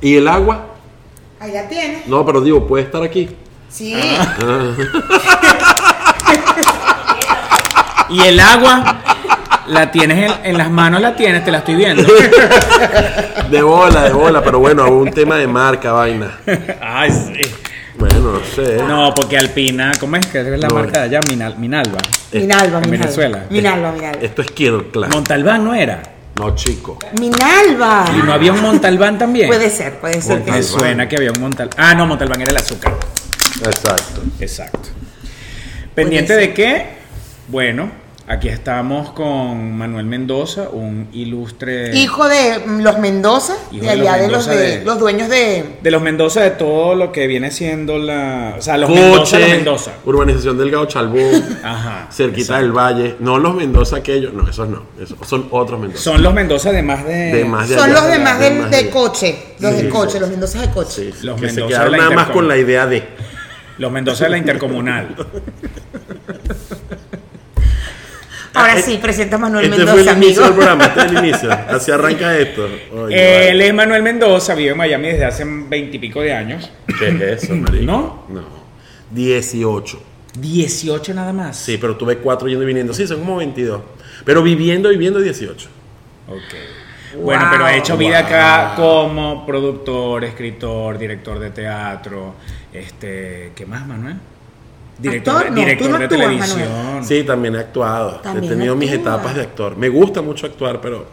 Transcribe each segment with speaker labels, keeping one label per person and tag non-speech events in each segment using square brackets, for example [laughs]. Speaker 1: ¿Y el agua?
Speaker 2: Ahí la tienes.
Speaker 1: No, pero digo, puede estar aquí.
Speaker 2: Sí.
Speaker 1: Ah,
Speaker 3: Y el agua la tienes en, en las manos, la tienes, te la estoy viendo.
Speaker 1: De bola, de bola, pero bueno, un tema de marca, vaina.
Speaker 3: [laughs] Ay, sí.
Speaker 1: Bueno, no sé.
Speaker 3: No, porque Alpina, ¿cómo es que es la
Speaker 1: No.
Speaker 3: marca de allá? Minal- Minalba.
Speaker 1: eh,
Speaker 2: Minalba, Minalba.
Speaker 3: Venezuela.
Speaker 2: Minalba, Minalba.
Speaker 1: Esto es Kiro Class.
Speaker 3: Montalbán no era.
Speaker 1: No, chico.
Speaker 2: Minalba.
Speaker 3: Y no había un Montalbán también.
Speaker 2: Puede ser, puede ser.
Speaker 3: Me
Speaker 1: Montalbán.
Speaker 3: suena que había un Montalbán. Ah, no, Montalbán era el azúcar.
Speaker 1: Exacto.
Speaker 3: Exacto. ¿Pendiente
Speaker 2: Buenísimo.
Speaker 3: de qué? Bueno, aquí estamos con Manuel Mendoza, un ilustre.
Speaker 2: Hijo de mm, los Mendoza,
Speaker 3: Hijo
Speaker 2: de
Speaker 3: de los
Speaker 2: allá de los,
Speaker 3: Mendoza
Speaker 2: de,
Speaker 3: de-
Speaker 2: los dueños de.
Speaker 3: De los Mendoza, de todo lo que viene siendo la. O sea, los Mendoza, los
Speaker 1: Coche,
Speaker 3: Mendoza.
Speaker 1: urbanización del Gao Chalbú,
Speaker 3: Ajá.
Speaker 1: cerquita
Speaker 3: exacto.
Speaker 1: del valle. No los Mendoza aquellos, no, esos no. Esos son otros Mendoza.
Speaker 3: Son los Mendoza de más de.
Speaker 1: De más de
Speaker 2: Son
Speaker 1: allá,
Speaker 2: los
Speaker 1: de
Speaker 2: demás
Speaker 1: allá,
Speaker 2: del,
Speaker 1: más
Speaker 2: de
Speaker 1: allá.
Speaker 2: coche, los
Speaker 1: Sí,
Speaker 2: de coche,
Speaker 1: sí.
Speaker 2: los Mendoza de coche.
Speaker 1: Sí, sí,
Speaker 3: Los
Speaker 1: que se
Speaker 3: Mendoza
Speaker 1: quedaron
Speaker 3: de la
Speaker 1: nada más
Speaker 3: Intercom.
Speaker 1: con la idea de.
Speaker 3: Los Mendoza de
Speaker 1: [laughs]
Speaker 3: la Intercomunal.
Speaker 2: Ahora
Speaker 1: Ah,
Speaker 2: sí,
Speaker 1: eh,
Speaker 2: presenta a Manuel
Speaker 1: Este fue el
Speaker 2: Mendoza,
Speaker 1: inicio
Speaker 2: amigo.
Speaker 1: del programa, este es el inicio. Así arranca
Speaker 3: [laughs]
Speaker 1: esto. Oye,
Speaker 3: Él es Eh, Manuel Mendoza, vive en Miami desde hace veintipico de años.
Speaker 1: vale. ¿Qué es eso, marico?
Speaker 3: ¿No?
Speaker 1: No. 18.
Speaker 3: 18 nada más.
Speaker 1: Sí, pero tuve 4 yendo y viniendo. Sí, son como 22. Pero viviendo, viviendo 18.
Speaker 3: Ok. Bueno, pero ha hecho vida acá como productor, escritor, director de teatro. Este, ¿qué más, Manuel? Director,
Speaker 2: Actor, no,
Speaker 3: director
Speaker 2: tú no
Speaker 3: de
Speaker 2: actúas,
Speaker 3: televisión.
Speaker 1: Sí, también he actuado.
Speaker 2: También
Speaker 1: he tenido mis
Speaker 2: actúa.
Speaker 1: etapas de actor. Me gusta mucho actuar, pero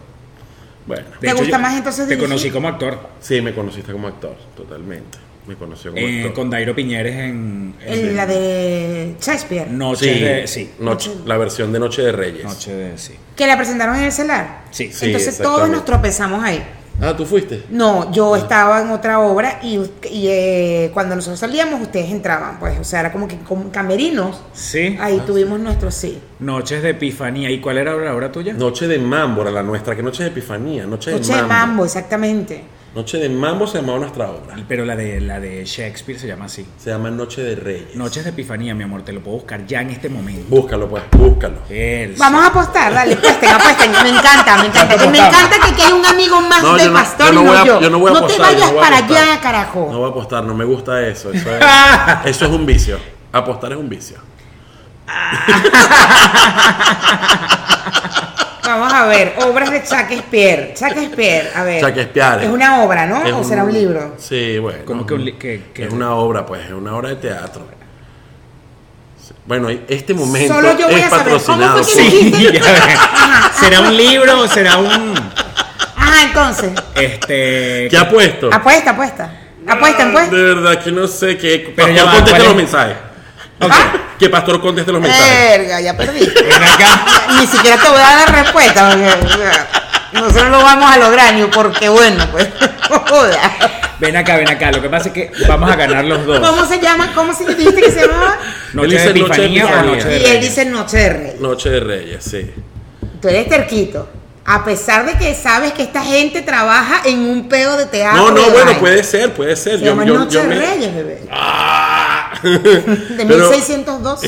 Speaker 1: bueno.
Speaker 3: De
Speaker 2: ¿Te gusta
Speaker 3: yo
Speaker 2: más entonces
Speaker 3: Te
Speaker 2: dirigir?
Speaker 3: conocí como actor
Speaker 1: Sí, me conociste como actor, totalmente. Me conoció como
Speaker 3: eh,
Speaker 1: actor.
Speaker 3: con Dairo Piñeres en, en
Speaker 2: El- la de Shakespeare.
Speaker 3: Noche
Speaker 1: Sí,
Speaker 3: de sí.
Speaker 1: Noche- la versión de Noche de Reyes.
Speaker 3: Noche de sí.
Speaker 2: Que la presentaron en el celular.
Speaker 3: Sí.
Speaker 1: Sí,
Speaker 2: Entonces
Speaker 1: exactamente.
Speaker 2: todos nos tropezamos ahí.
Speaker 1: Ah, ¿tú fuiste?
Speaker 2: No, yo estaba en otra obra y, us- y, eh, cuando nosotros salíamos ustedes entraban, pues, o sea, era como que como camerinos.
Speaker 3: Sí.
Speaker 2: Ahí tuvimos nuestro sí.
Speaker 3: Noches de Epifanía. ¿Y cuál era la obra tuya?
Speaker 1: Noche de Mambo era la nuestra, que Noche de Epifanía, Noche de
Speaker 2: Noche de
Speaker 1: Mambo.
Speaker 2: mambo, exactamente.
Speaker 1: Noche de Mambo se llamaba nuestra obra.
Speaker 3: Pero la de la de Shakespeare se llama así.
Speaker 1: Se llama Noche de Reyes.
Speaker 3: Noches de Epifanía, mi amor, te lo puedo buscar ya en este momento.
Speaker 1: Búscalo, pues, búscalo.
Speaker 3: Elsa.
Speaker 2: Vamos a apostar, dale, apuesten, apuesten. Me encanta, me encanta.
Speaker 3: Vamos a
Speaker 2: Me
Speaker 3: apostar.
Speaker 2: encanta que aquí hay un amigo más
Speaker 1: No,
Speaker 2: Ah, del
Speaker 1: yo no-
Speaker 2: pastor
Speaker 1: yo no
Speaker 2: y
Speaker 1: voy a-
Speaker 2: yo.
Speaker 1: yo no voy a apostar,
Speaker 2: te
Speaker 1: yo
Speaker 2: vayas
Speaker 1: no voy a
Speaker 2: para
Speaker 1: apostar.
Speaker 2: allá, carajo.
Speaker 1: No voy a apostar, no me gusta eso. Eso
Speaker 2: [laughs]
Speaker 1: es, eso es un vicio. Apostar es un vicio.
Speaker 2: Vamos a ver, obras de Shakespeare. Shakespeare, a ver.
Speaker 1: Shakespeare.
Speaker 2: Es una obra, ¿no?
Speaker 1: Es
Speaker 2: o Ah, será un libro.
Speaker 1: Sí, bueno.
Speaker 3: ¿Cómo que un li- que- que-
Speaker 1: Es una obra, pues, es una obra de teatro. Sí. Bueno, y este momento
Speaker 2: Solo yo voy
Speaker 1: es
Speaker 2: a saber.
Speaker 1: patrocinado.
Speaker 2: ¿Cómo fue que
Speaker 1: por-
Speaker 3: Sí, [laughs]
Speaker 2: dijiste?
Speaker 3: ya ves. ¿Será un libro o será un
Speaker 2: Ajá, entonces.
Speaker 3: este
Speaker 1: ¿Qué apuesto?
Speaker 2: Apuesta, apuesta. Apuesten, pues.
Speaker 1: De verdad que no sé qué.
Speaker 3: Pero
Speaker 1: Pastor,
Speaker 3: ya va,
Speaker 1: conteste
Speaker 3: ¿cuál es?
Speaker 1: los mensajes.
Speaker 2: ¿Ah?
Speaker 1: Que Pastor conteste los mensajes.
Speaker 2: Verga, ya perdí.
Speaker 3: ven acá?
Speaker 2: Ni siquiera te voy a dar la respuesta. porque, o sea, Nosotros lo vamos a lograr, ni porque bueno, pues. Joda.
Speaker 3: Ven acá, ven acá. Lo que pasa es que vamos a ganar los dos.
Speaker 2: ¿Cómo se llama? ¿Cómo se dijiste que se llamaba?
Speaker 1: Él
Speaker 3: Noche
Speaker 1: dice
Speaker 3: de
Speaker 1: Noche de
Speaker 3: Epifanía o
Speaker 1: Epifanía.
Speaker 3: Noche
Speaker 2: Y
Speaker 3: de
Speaker 2: él
Speaker 3: Reyes.
Speaker 2: dice Noche de Rey.
Speaker 1: Noche de Reyes, sí.
Speaker 2: Tú eres terquito. A pesar de que sabes que esta gente trabaja en un pedo de teatro.
Speaker 1: No, no,
Speaker 2: de
Speaker 1: bueno,
Speaker 2: vaina.
Speaker 1: puede ser, puede ser.
Speaker 2: Ah, Se llama Noche de Reyes, bebé.
Speaker 1: ¡Ah!
Speaker 2: De
Speaker 1: Pero- eh,
Speaker 2: 1602.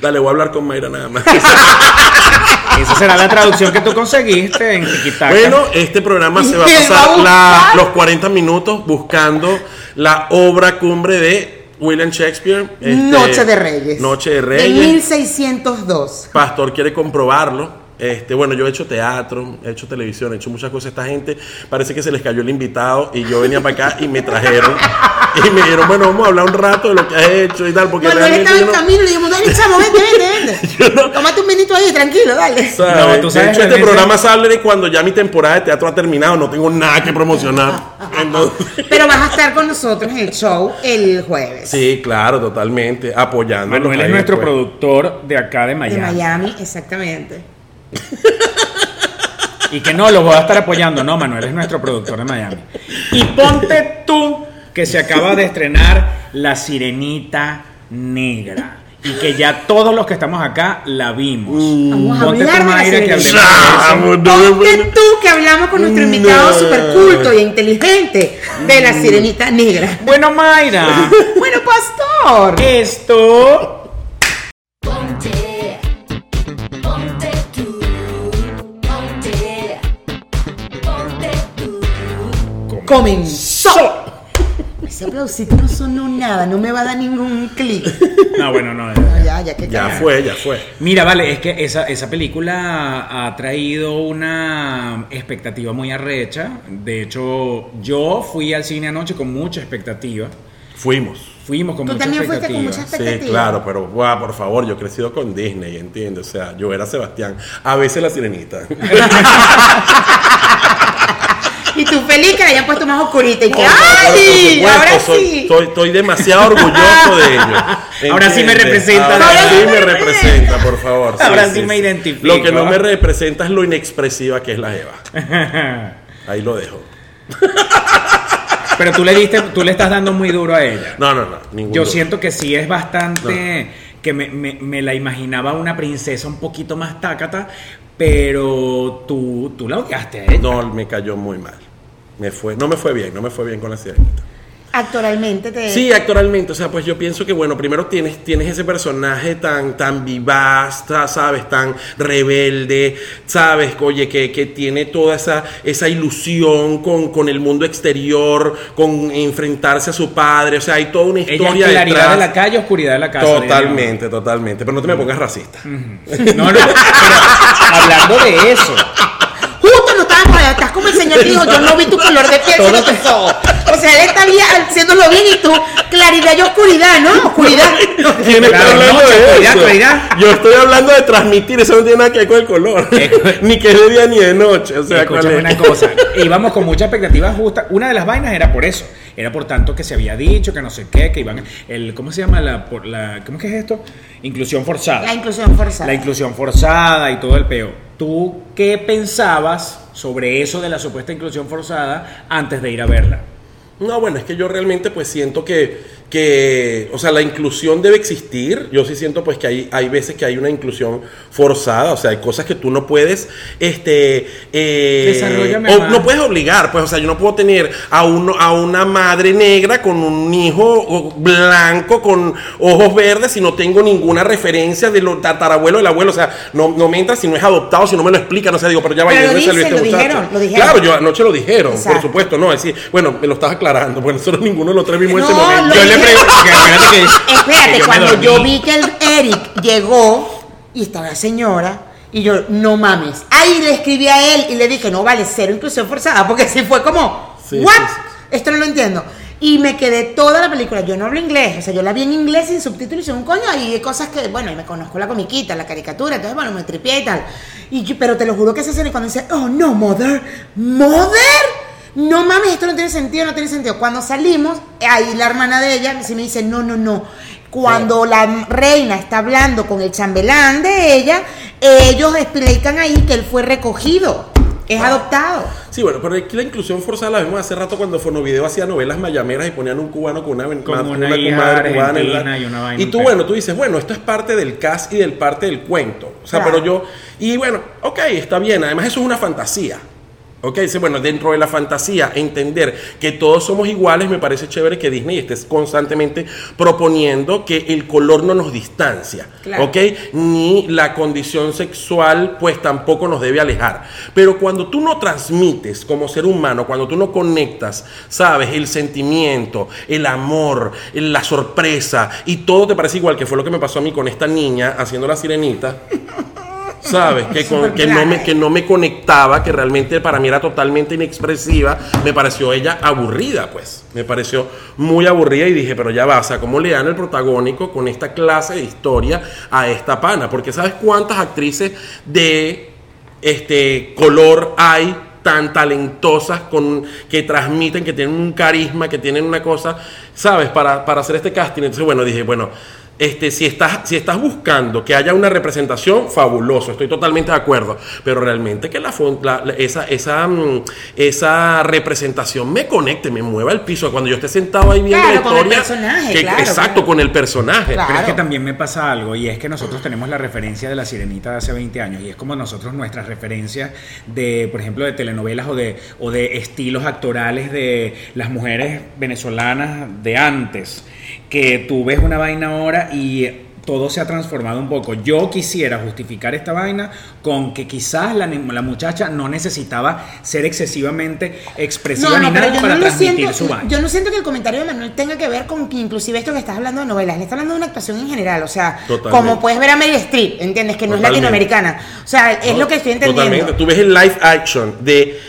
Speaker 1: Dale, voy a hablar con Mayra nada más.
Speaker 3: Esa será la traducción que tú conseguiste en Tikitaka.
Speaker 1: Bueno, este programa se va a
Speaker 2: ¿Qué va a
Speaker 1: pasar la-
Speaker 2: buscar?
Speaker 1: los 40 minutos buscando la obra cumbre de William Shakespeare. este,
Speaker 2: Noche de Reyes.
Speaker 1: Noche de
Speaker 2: De
Speaker 1: Reyes.
Speaker 2: 1602.
Speaker 1: Pastor quiere comprobarlo. Este, bueno, yo he hecho teatro, he hecho televisión, he hecho muchas cosas. Esta gente parece que se les cayó el invitado y yo venía para acá y me
Speaker 2: [laughs]
Speaker 1: trajeron. Y me dijeron, bueno, vamos a hablar un rato de lo que has hecho y tal, porque
Speaker 2: Manuel
Speaker 1: realmente
Speaker 2: estaba
Speaker 1: yo
Speaker 2: en
Speaker 1: no-
Speaker 2: camino y le dijimos, dale, chamo, vente,
Speaker 1: [laughs]
Speaker 2: vente, vente. Tómate un vinito ahí, tranquilo, dale.
Speaker 1: ¿sabes?
Speaker 3: No, tú
Speaker 1: De
Speaker 3: sabes
Speaker 1: hecho, este
Speaker 3: realmente-
Speaker 1: programa sale cuando ya mi temporada de teatro ha terminado, no tengo nada que promocionar. Entonces-
Speaker 2: Pero vas a estar con nosotros en el show el jueves.
Speaker 1: Sí, claro, totalmente, apoyando. a los
Speaker 3: Manuel es
Speaker 1: ahí
Speaker 3: nuestro
Speaker 1: después.
Speaker 3: productor de acá de
Speaker 2: De
Speaker 3: Miami.
Speaker 2: Miami, exactamente.
Speaker 3: Y que no, los voy a estar apoyando. No, Manuel es nuestro productor de Miami. Y ponte tú que se acaba de estrenar La Sirenita Negra. Y que ya todos los que estamos acá la vimos.
Speaker 2: Vamos a
Speaker 3: Ponte
Speaker 2: hablar
Speaker 3: tú,
Speaker 2: de La
Speaker 3: Mayra,
Speaker 2: Sirenita.
Speaker 3: que hablemos de eso.
Speaker 1: Vamos, no me
Speaker 2: Ponte
Speaker 1: voy-
Speaker 2: tú que hablamos con nuestro invitado
Speaker 1: No.
Speaker 2: super culto e inteligente de la sirenita negra.
Speaker 3: Bueno, Mayra,
Speaker 2: Bueno, pastor.
Speaker 3: esto
Speaker 4: Ponte, ponte tú, ponte, ponte
Speaker 2: comenzó. Ese aplausito no sonó nada, no me va a dar ningún clic.
Speaker 3: No, bueno, no.
Speaker 2: No, ya, ya que
Speaker 1: Ya
Speaker 2: carajo.
Speaker 1: fue, ya fue.
Speaker 3: Mira, vale, es que esa, esa película ha traído una expectativa muy arrecha. De hecho, yo fui al cine anoche con mucha expectativa.
Speaker 1: Fuimos.
Speaker 3: Fuimos con
Speaker 2: Tú
Speaker 3: mucha
Speaker 2: también fuiste
Speaker 3: expectativa.
Speaker 2: con mucha
Speaker 1: Sí,
Speaker 2: expectativa.
Speaker 1: claro, pero guau, por favor, yo he crecido con Disney, entiendo. O sea, yo era Sebastián. A veces la sirenita.
Speaker 2: Y tú feliz que la hayan puesto más oscurita y que
Speaker 1: Por
Speaker 2: ¡ay!
Speaker 1: supuesto,
Speaker 2: ahora
Speaker 1: soy-
Speaker 2: sí.
Speaker 1: Estoy, estoy demasiado orgulloso de ello.
Speaker 3: [laughs] Ahora sí me
Speaker 1: ¿Entiendes?
Speaker 3: representa.
Speaker 1: Ahora
Speaker 2: Ahora
Speaker 1: sí
Speaker 2: sí
Speaker 1: me
Speaker 2: me
Speaker 1: representa, por favor.
Speaker 3: Ahora sí me identifico.
Speaker 1: Lo que no me representa es lo inexpresiva que es la Eva. Ahí lo dejo.
Speaker 3: [laughs] Pero tú le diste, tú le estás dando muy duro a ella.
Speaker 1: No, no, no. Ningún
Speaker 3: Yo
Speaker 1: duda.
Speaker 3: siento que sí es bastante. que me, me- me la imaginaba una princesa un poquito más tácata, pero tú, tú la odiaste a ella.
Speaker 1: No, me cayó muy mal. Me fue, no me fue bien, no me fue bien con la sirenita.
Speaker 2: Actualmente te.
Speaker 1: Sí, actualmente, o sea, pues yo pienso que bueno, primero tienes, tienes ese personaje tan, tan vivaz, ta- sabes, tan rebelde, sabes, oye, que, que tiene toda esa, esa ilusión con, con el mundo exterior, con enfrentarse a su padre, o sea, hay toda una
Speaker 3: Ella es
Speaker 1: historia
Speaker 3: claridad
Speaker 1: detrás.
Speaker 3: de la calle, oscuridad de la casa. Mm.
Speaker 1: Totalmente, totalmente. Pero no te me pongas racista.
Speaker 3: diríamos. [laughs] No, no, pero hablando de
Speaker 1: [laughs]
Speaker 3: eso.
Speaker 2: Justo no estaba por allá, estás como el señor que dijo, yo no vi tu color de piel, sino tus ojos. O sea, él está bien, haciéndolo bien y tú, claridad y oscuridad, ¿no?
Speaker 1: [laughs]
Speaker 2: Oscuridad.
Speaker 1: ¿Quién está
Speaker 3: Claro,
Speaker 1: hablando
Speaker 3: no,
Speaker 1: de
Speaker 3: actualidad,
Speaker 1: eso?
Speaker 3: actualidad.
Speaker 1: Yo estoy hablando de transmitir, eso no tiene nada que ver con el color. [laughs] ni que es de día ni de noche. O sea, ¿cuál
Speaker 3: Escúchame
Speaker 1: es?
Speaker 3: una cosa. Íbamos con mucha expectativa justa. Una de las vainas era por eso. Era por tanto que se había dicho, que no sé qué, que iban. El, ¿Cómo se llama? La, por la, ¿Cómo que es esto? Inclusión forzada.
Speaker 2: La inclusión forzada.
Speaker 3: La inclusión forzada y todo el peo. ¿Tú qué pensabas sobre eso de la supuesta inclusión forzada antes de ir a verla?
Speaker 1: No, bueno, es que yo realmente pues siento que, que, o sea, la inclusión debe existir. Yo sí siento pues que hay, hay veces que hay una inclusión forzada, o sea, hay cosas que tú no puedes, este, eh,
Speaker 3: Desarróllame
Speaker 1: o
Speaker 3: más.
Speaker 1: no puedes obligar, pues, o sea, yo no puedo tener a uno, a una madre negra con un hijo o, blanco con ojos verdes si no tengo ninguna referencia de lo tatarabuelo del abuelo, o sea, no, no me entra si no es adoptado, si no me lo explican, o sea, digo, pero ya va,
Speaker 2: Pero
Speaker 1: ¿de
Speaker 2: lo
Speaker 1: dónde salió
Speaker 2: dicen,
Speaker 1: este
Speaker 2: lo
Speaker 1: muchacho?
Speaker 2: dijeron, lo dijeron.
Speaker 1: Claro, yo anoche lo dijeron, por
Speaker 2: Exacto.
Speaker 1: supuesto supuesto, no, es decir, bueno, me lo estás aclarando, porque nosotros ninguno de los tres vimos
Speaker 2: No,
Speaker 1: ese momento.
Speaker 2: lo-
Speaker 3: Yo le pregunto. porque acuérdate
Speaker 2: [laughs]
Speaker 3: que-
Speaker 2: Espérate,
Speaker 3: que yo me
Speaker 2: cuando
Speaker 3: dormí.
Speaker 2: yo vi que el Eric llegó y estaba la señora. Y yo, no mames. Ahí le escribí a él y le dije, no vale, cero inclusión forzada. Porque sí fue como,
Speaker 1: Sí,
Speaker 2: ¿what?
Speaker 1: sí, sí.
Speaker 2: Esto no lo entiendo. Y me quedé toda la película. Yo no hablo inglés. O sea, yo la vi en inglés sin subtítulos y sin un coño. Y hay cosas que, bueno, y me conozco la comiquita, la caricatura. Entonces, bueno, me tripié y tal. Y yo- pero te lo juro que esa escena cuando dice, oh no, mother, mother. No mames, esto no tiene sentido, no tiene sentido. Cuando salimos, ahí la hermana de ella sí me dice, no, no, no. Cuando la reina está hablando con el chambelán de ella, ellos explican ahí que él fue recogido, es adoptado.
Speaker 1: Sí, bueno, pero aquí la inclusión forzada la vimos hace rato cuando Fonovideo hacía novelas mayameras y ponían un cubano con una,
Speaker 3: Con una hija argentina
Speaker 1: en la-
Speaker 3: y una vaina,
Speaker 1: Y tú,
Speaker 3: pero-
Speaker 1: bueno, tú dices, bueno, esto es parte del cast y del parte del cuento. O sea,
Speaker 2: Claro.
Speaker 1: pero yo. Y bueno, ok, está bien. Además, eso es una fantasía. Ok, dice, bueno, dentro de la fantasía, entender que todos somos iguales, me parece chévere que Disney esté constantemente proponiendo que el color no nos distancia.
Speaker 2: Claro.
Speaker 1: Ok, ni la condición sexual pues tampoco nos debe alejar. Pero cuando tú no transmites como ser humano, cuando tú no conectas, sabes, el sentimiento, el amor, la sorpresa y todo te parece igual que fue lo que me pasó a mí con esta niña haciendo la sirenita. ¿Sabes? Que, con- que, no me, que no me conectaba, que realmente para mí era totalmente inexpresiva. Me pareció ella aburrida, pues. Me pareció muy aburrida y dije, pero ya va, o sea, ¿cómo le dan el protagónico con esta clase de historia a esta pana? Porque ¿sabes cuántas actrices de este color hay tan talentosas con que transmiten, que tienen un carisma, que tienen una cosa, ¿sabes? Para, para hacer este casting. Entonces, bueno, dije, bueno, este, si, estás, si estás buscando que haya una representación, fabuloso, estoy totalmente de acuerdo. Pero realmente que la, fon- la- la- esa, esa, mm, esa representación me conecte, me mueva el piso. Cuando yo esté sentado ahí viendo la
Speaker 2: Claro, con el
Speaker 1: historia.
Speaker 2: personaje,
Speaker 1: que-
Speaker 2: claro,
Speaker 1: exacto,
Speaker 2: claro.
Speaker 1: con el personaje.
Speaker 2: Claro.
Speaker 3: Pero es que también me pasa algo y es que nosotros tenemos la referencia de la sirenita de hace 20 años y es como nosotros nuestras referencias de, por ejemplo, de telenovelas o de, o de estilos actorales de las mujeres venezolanas de antes, que tú ves una vaina ahora y... todo se ha transformado un poco. Yo quisiera justificar esta vaina con que quizás la, ni- la muchacha no necesitaba ser excesivamente expresiva
Speaker 2: No,
Speaker 3: ni
Speaker 2: no,
Speaker 3: nada
Speaker 2: pero yo no,
Speaker 3: para
Speaker 2: lo
Speaker 3: transmitir
Speaker 2: siento,
Speaker 3: su vaina.
Speaker 2: yo no siento que el comentario de Manuel tenga que ver con que inclusive esto que estás hablando de novelas, le está hablando de una actuación en general, o sea,
Speaker 1: Totalmente.
Speaker 2: como puedes ver a Meryl Streep, ¿entiendes? Que no es
Speaker 1: Totalmente.
Speaker 2: latinoamericana, o sea, es
Speaker 1: ¿no?
Speaker 2: lo que estoy entendiendo.
Speaker 1: Totalmente. Tú ves el live action de,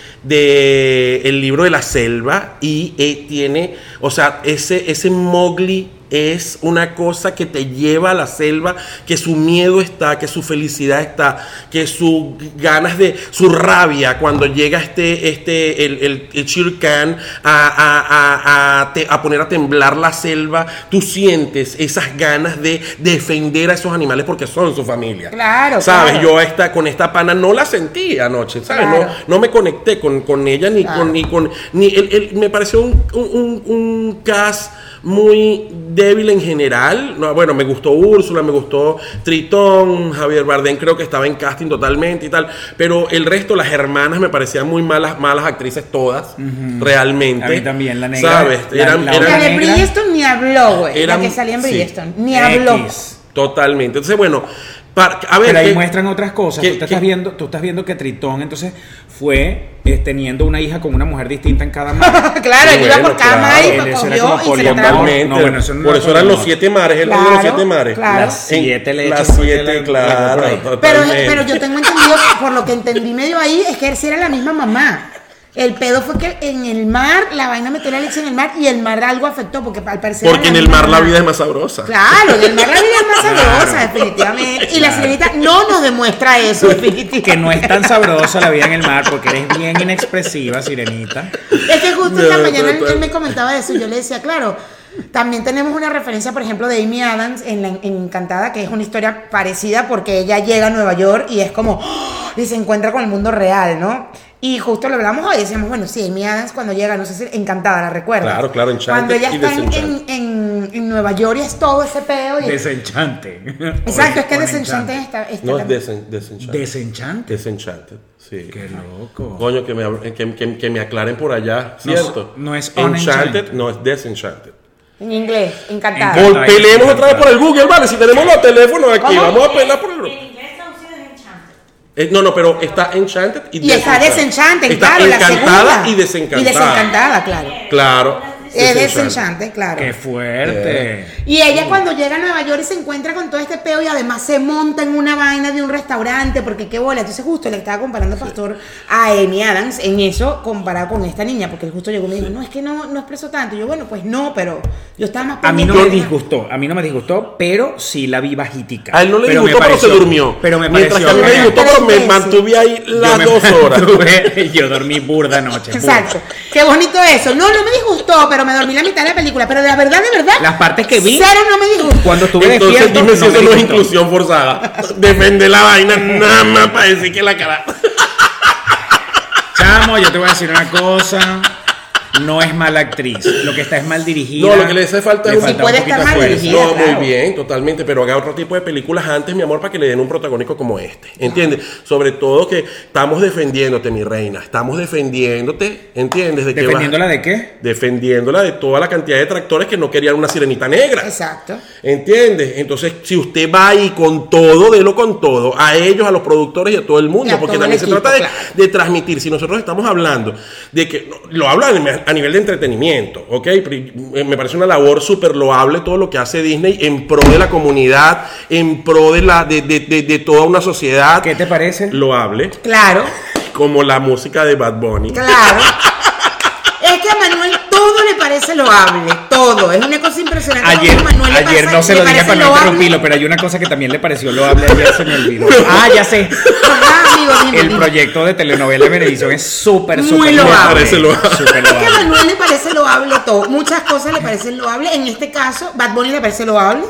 Speaker 1: de el libro de la selva y eh, tiene, o sea, ese, ese Mowgli es una cosa que te lleva a la selva, que su miedo está, que su felicidad está, que sus ganas de, su rabia cuando llega este, este, el, el, el Shere Khan a, a- a- a te- a poner a temblar la selva, tú sientes esas ganas de defender a esos animales porque son su familia.
Speaker 2: Claro,
Speaker 1: ¿Sabes?
Speaker 2: claro.
Speaker 1: Yo yo esta, con esta pana no la sentí anoche, ¿sabes?
Speaker 2: Claro.
Speaker 1: No, no me conecté con, con ella ni
Speaker 2: Claro.
Speaker 1: con... Ni con ni el- el- me pareció un, un, un- un cast muy débil en general. No, bueno, me gustó Úrsula, me gustó Tritón, Javier Bardem creo que estaba en casting totalmente y tal. Pero el resto, las hermanas me parecían muy malas, malas actrices todas, realmente.
Speaker 3: A mí también, la negra-
Speaker 1: ¿Sabes?
Speaker 3: la-
Speaker 1: Eran-
Speaker 3: la
Speaker 1: eran-
Speaker 2: La de
Speaker 3: negra.
Speaker 2: Bridgestone ni habló, güey. La
Speaker 1: Eran-
Speaker 2: que salía en
Speaker 1: sí.
Speaker 2: Bridgestone. Ni habló.
Speaker 3: X.
Speaker 1: totalmente. Entonces, bueno, para- a ver...
Speaker 3: Pero ahí
Speaker 1: ¿qué-
Speaker 3: muestran otras cosas.
Speaker 1: ¿Qué-
Speaker 3: tú, te
Speaker 1: qué-
Speaker 3: estás viendo, tú estás viendo que Tritón entonces fue eh, teniendo una hija con una mujer distinta en cada mano.
Speaker 2: [laughs] claro, él iba
Speaker 1: Bueno,
Speaker 2: por cada
Speaker 1: claro,
Speaker 2: madre y
Speaker 3: él
Speaker 2: lo
Speaker 3: eso era
Speaker 2: cogió y se
Speaker 3: como
Speaker 2: la
Speaker 3: poliamor.
Speaker 2: trajo.
Speaker 1: Totalmente.
Speaker 3: No, bueno, eso no
Speaker 1: por
Speaker 3: era
Speaker 1: eso eran los
Speaker 3: Poliamor.
Speaker 1: siete mares, él de los
Speaker 2: Claro,
Speaker 1: siete mares.
Speaker 2: claro.
Speaker 3: Las siete
Speaker 1: En-
Speaker 3: lechas
Speaker 1: Las
Speaker 3: fue que
Speaker 1: siete,
Speaker 3: la-
Speaker 1: claro.
Speaker 3: la-
Speaker 2: Pero,
Speaker 1: totalmente.
Speaker 2: pero yo tengo entendido, por lo que entendí medio ahí, es que él sí era la misma mamá. El pedo fue que en el mar, la vaina metió la leche en el mar y el mar algo afectó, porque al parecer.
Speaker 1: Porque
Speaker 2: era
Speaker 1: en el
Speaker 2: misma
Speaker 1: mar la
Speaker 2: mamá.
Speaker 1: vida es más sabrosa.
Speaker 2: Claro, en el mar la vida
Speaker 1: [laughs]
Speaker 2: es más
Speaker 3: Claro.
Speaker 2: sabrosa, definitivamente. Y la
Speaker 3: Claro.
Speaker 2: sirenita no nos demuestra
Speaker 1: [laughs]
Speaker 2: eso, definitivamente.
Speaker 3: [laughs] Que no es tan sabrosa la vida en el mar porque eres bien inexpresiva, sirenita.
Speaker 2: Es que justo en la
Speaker 1: No,
Speaker 2: mañana él,
Speaker 1: total.
Speaker 2: él me comentaba eso y yo le decía, claro, también tenemos una referencia, por ejemplo, de Amy Adams en, la, en Encantada, que es una historia parecida porque ella llega a Nueva York y es como, ¡oh! y se encuentra con el mundo real, ¿no? Y justo lo hablamos hoy, decíamos, bueno, sí, Amy Adams cuando llega, no sé si Encantada, la recuerdo.
Speaker 1: Claro, claro, Enchanted
Speaker 2: Cuando ella
Speaker 1: y
Speaker 2: está en,
Speaker 1: Desenchant.
Speaker 2: en- en Nueva York y es todo ese pedo. y-
Speaker 3: Desenchante.
Speaker 2: exacto, es que
Speaker 3: O
Speaker 2: Desenchante
Speaker 3: enchante.
Speaker 2: está... está
Speaker 1: No es
Speaker 2: también.
Speaker 1: desen, desenchanted.
Speaker 3: Desenchante.
Speaker 1: Desenchanted, sí.
Speaker 3: Qué loco.
Speaker 1: Coño, que me, ab- que, que- que me aclaren por allá, ¿cierto?
Speaker 3: no es
Speaker 1: Enchanted,
Speaker 3: unenchanted.
Speaker 1: no es Desenchanted.
Speaker 2: En inglés, Encantada.
Speaker 3: Encanta-
Speaker 1: Pelemos otra vez por el Google, vale. Si tenemos los teléfonos aquí,
Speaker 2: ¿Cómo?
Speaker 1: vamos a pelar por el
Speaker 4: En inglés traducido es enchanted.
Speaker 1: Eh, no, no, pero está Enchanted y,
Speaker 2: Y está Desenchanted, claro, la
Speaker 1: encantada
Speaker 2: segunda.
Speaker 1: y desencantada.
Speaker 2: Y Desencantada, claro.
Speaker 1: Claro.
Speaker 2: Es
Speaker 1: Desenchanted.
Speaker 2: Desenchante, claro.
Speaker 3: Qué Mm. fuerte.
Speaker 2: Y ella cuando llega a Nueva York y se encuentra con todo este peo y además se monta en una vaina de un restaurante porque qué bola. Entonces justo le estaba comparando Pastor a Amy Adams en eso comparado con esta niña porque él justo llegó y me dijo, no, es que no, no expreso tanto. Y yo, bueno, pues no, pero yo estaba más
Speaker 3: A mí no
Speaker 2: pendiente
Speaker 3: me
Speaker 2: de-
Speaker 3: disgustó, a mí no me disgustó, pero sí la vi bajítica.
Speaker 1: A él no le
Speaker 3: pero me
Speaker 1: disgustó, pero se
Speaker 3: pareció-
Speaker 1: durmió.
Speaker 3: Pero me
Speaker 1: Mientras
Speaker 3: pareció.
Speaker 1: que a mí me
Speaker 3: genial.
Speaker 1: disgustó,
Speaker 2: Tres
Speaker 1: pero me
Speaker 2: veces.
Speaker 1: mantuve ahí
Speaker 3: Yo
Speaker 1: las
Speaker 3: me [laughs]
Speaker 1: dos horas.
Speaker 3: mantuve- yo dormí burda anoche. burda.
Speaker 2: Exacto. Qué bonito eso. No, no me disgustó, pero me dormí la mitad de la película. Pero la verdad, de verdad.
Speaker 3: Las partes que vi-
Speaker 2: Cero no me disgustó.
Speaker 3: Cuando estuve
Speaker 1: Entonces
Speaker 3: despierto,
Speaker 1: dime si
Speaker 3: me
Speaker 1: eso no es
Speaker 3: disgustó.
Speaker 1: inclusión forzada. Depende la vaina, nada más para decir que la cara.
Speaker 3: Chamo, yo te voy a decir una cosa. No es mala actriz. Lo que está es mal dirigida.
Speaker 1: No, lo que le hace falta es
Speaker 3: Le
Speaker 1: un-
Speaker 3: falta
Speaker 2: Sí, puede
Speaker 3: un
Speaker 2: estar
Speaker 3: poquito de
Speaker 2: mal
Speaker 3: fuerza.
Speaker 2: Sí,
Speaker 1: no,
Speaker 2: claro.
Speaker 1: muy bien, totalmente, pero haga otro tipo de películas antes, mi amor, para que le den un protagónico como este. ¿Entiendes? Sobre todo que estamos defendiéndote, mi reina. Estamos defendiéndote, ¿entiendes? De que vas-
Speaker 3: ¿Defendiéndola de qué?
Speaker 1: defendiéndola de toda la cantidad de tractores que no querían una sirenita negra.
Speaker 2: Exacto.
Speaker 1: ¿Entiendes? Entonces, si usted va ahí con todo, délo con todo, a ellos, a los productores y a todo el
Speaker 2: Y
Speaker 1: mundo,
Speaker 2: a
Speaker 1: porque
Speaker 2: todo el
Speaker 1: también se
Speaker 2: equipo,
Speaker 1: trata de,
Speaker 2: claro.
Speaker 1: de transmitir. Si nosotros estamos hablando de que, lo hablo a nivel- a nivel de entretenimiento, ¿ok? Pri- eh, Me parece una labor súper loable todo lo que hace Disney en pro de la comunidad, en pro de, la, de, de- de- de toda una sociedad
Speaker 3: ¿Qué te parece?
Speaker 1: loable,
Speaker 2: Claro.
Speaker 1: como la música de Bad Bunny.
Speaker 2: Claro. Es que a Manuel todo le parece loable, todo. Es una cosa impresionante.
Speaker 3: Ayer,
Speaker 2: A Manuel le
Speaker 3: ayer
Speaker 2: pasa-
Speaker 3: no se
Speaker 2: le
Speaker 3: lo dije
Speaker 2: parece
Speaker 3: para no
Speaker 2: loable.
Speaker 3: interrumpirlo, pero hay una cosa que también le pareció loable ayer se me
Speaker 2: [laughs]
Speaker 3: olvidó. Ah, ya sé.
Speaker 2: Ajá, amigo, dime,
Speaker 3: [laughs] El
Speaker 2: dime.
Speaker 3: proyecto de telenovela de Venevisión es súper,
Speaker 2: Muy
Speaker 3: súper
Speaker 2: loable.
Speaker 1: Parece loable.
Speaker 3: Súper
Speaker 2: Es que a
Speaker 3: loable.
Speaker 2: Manuel le parece loable todo. Muchas cosas le parecen loables. En este caso, Bad Bunny le parece loable.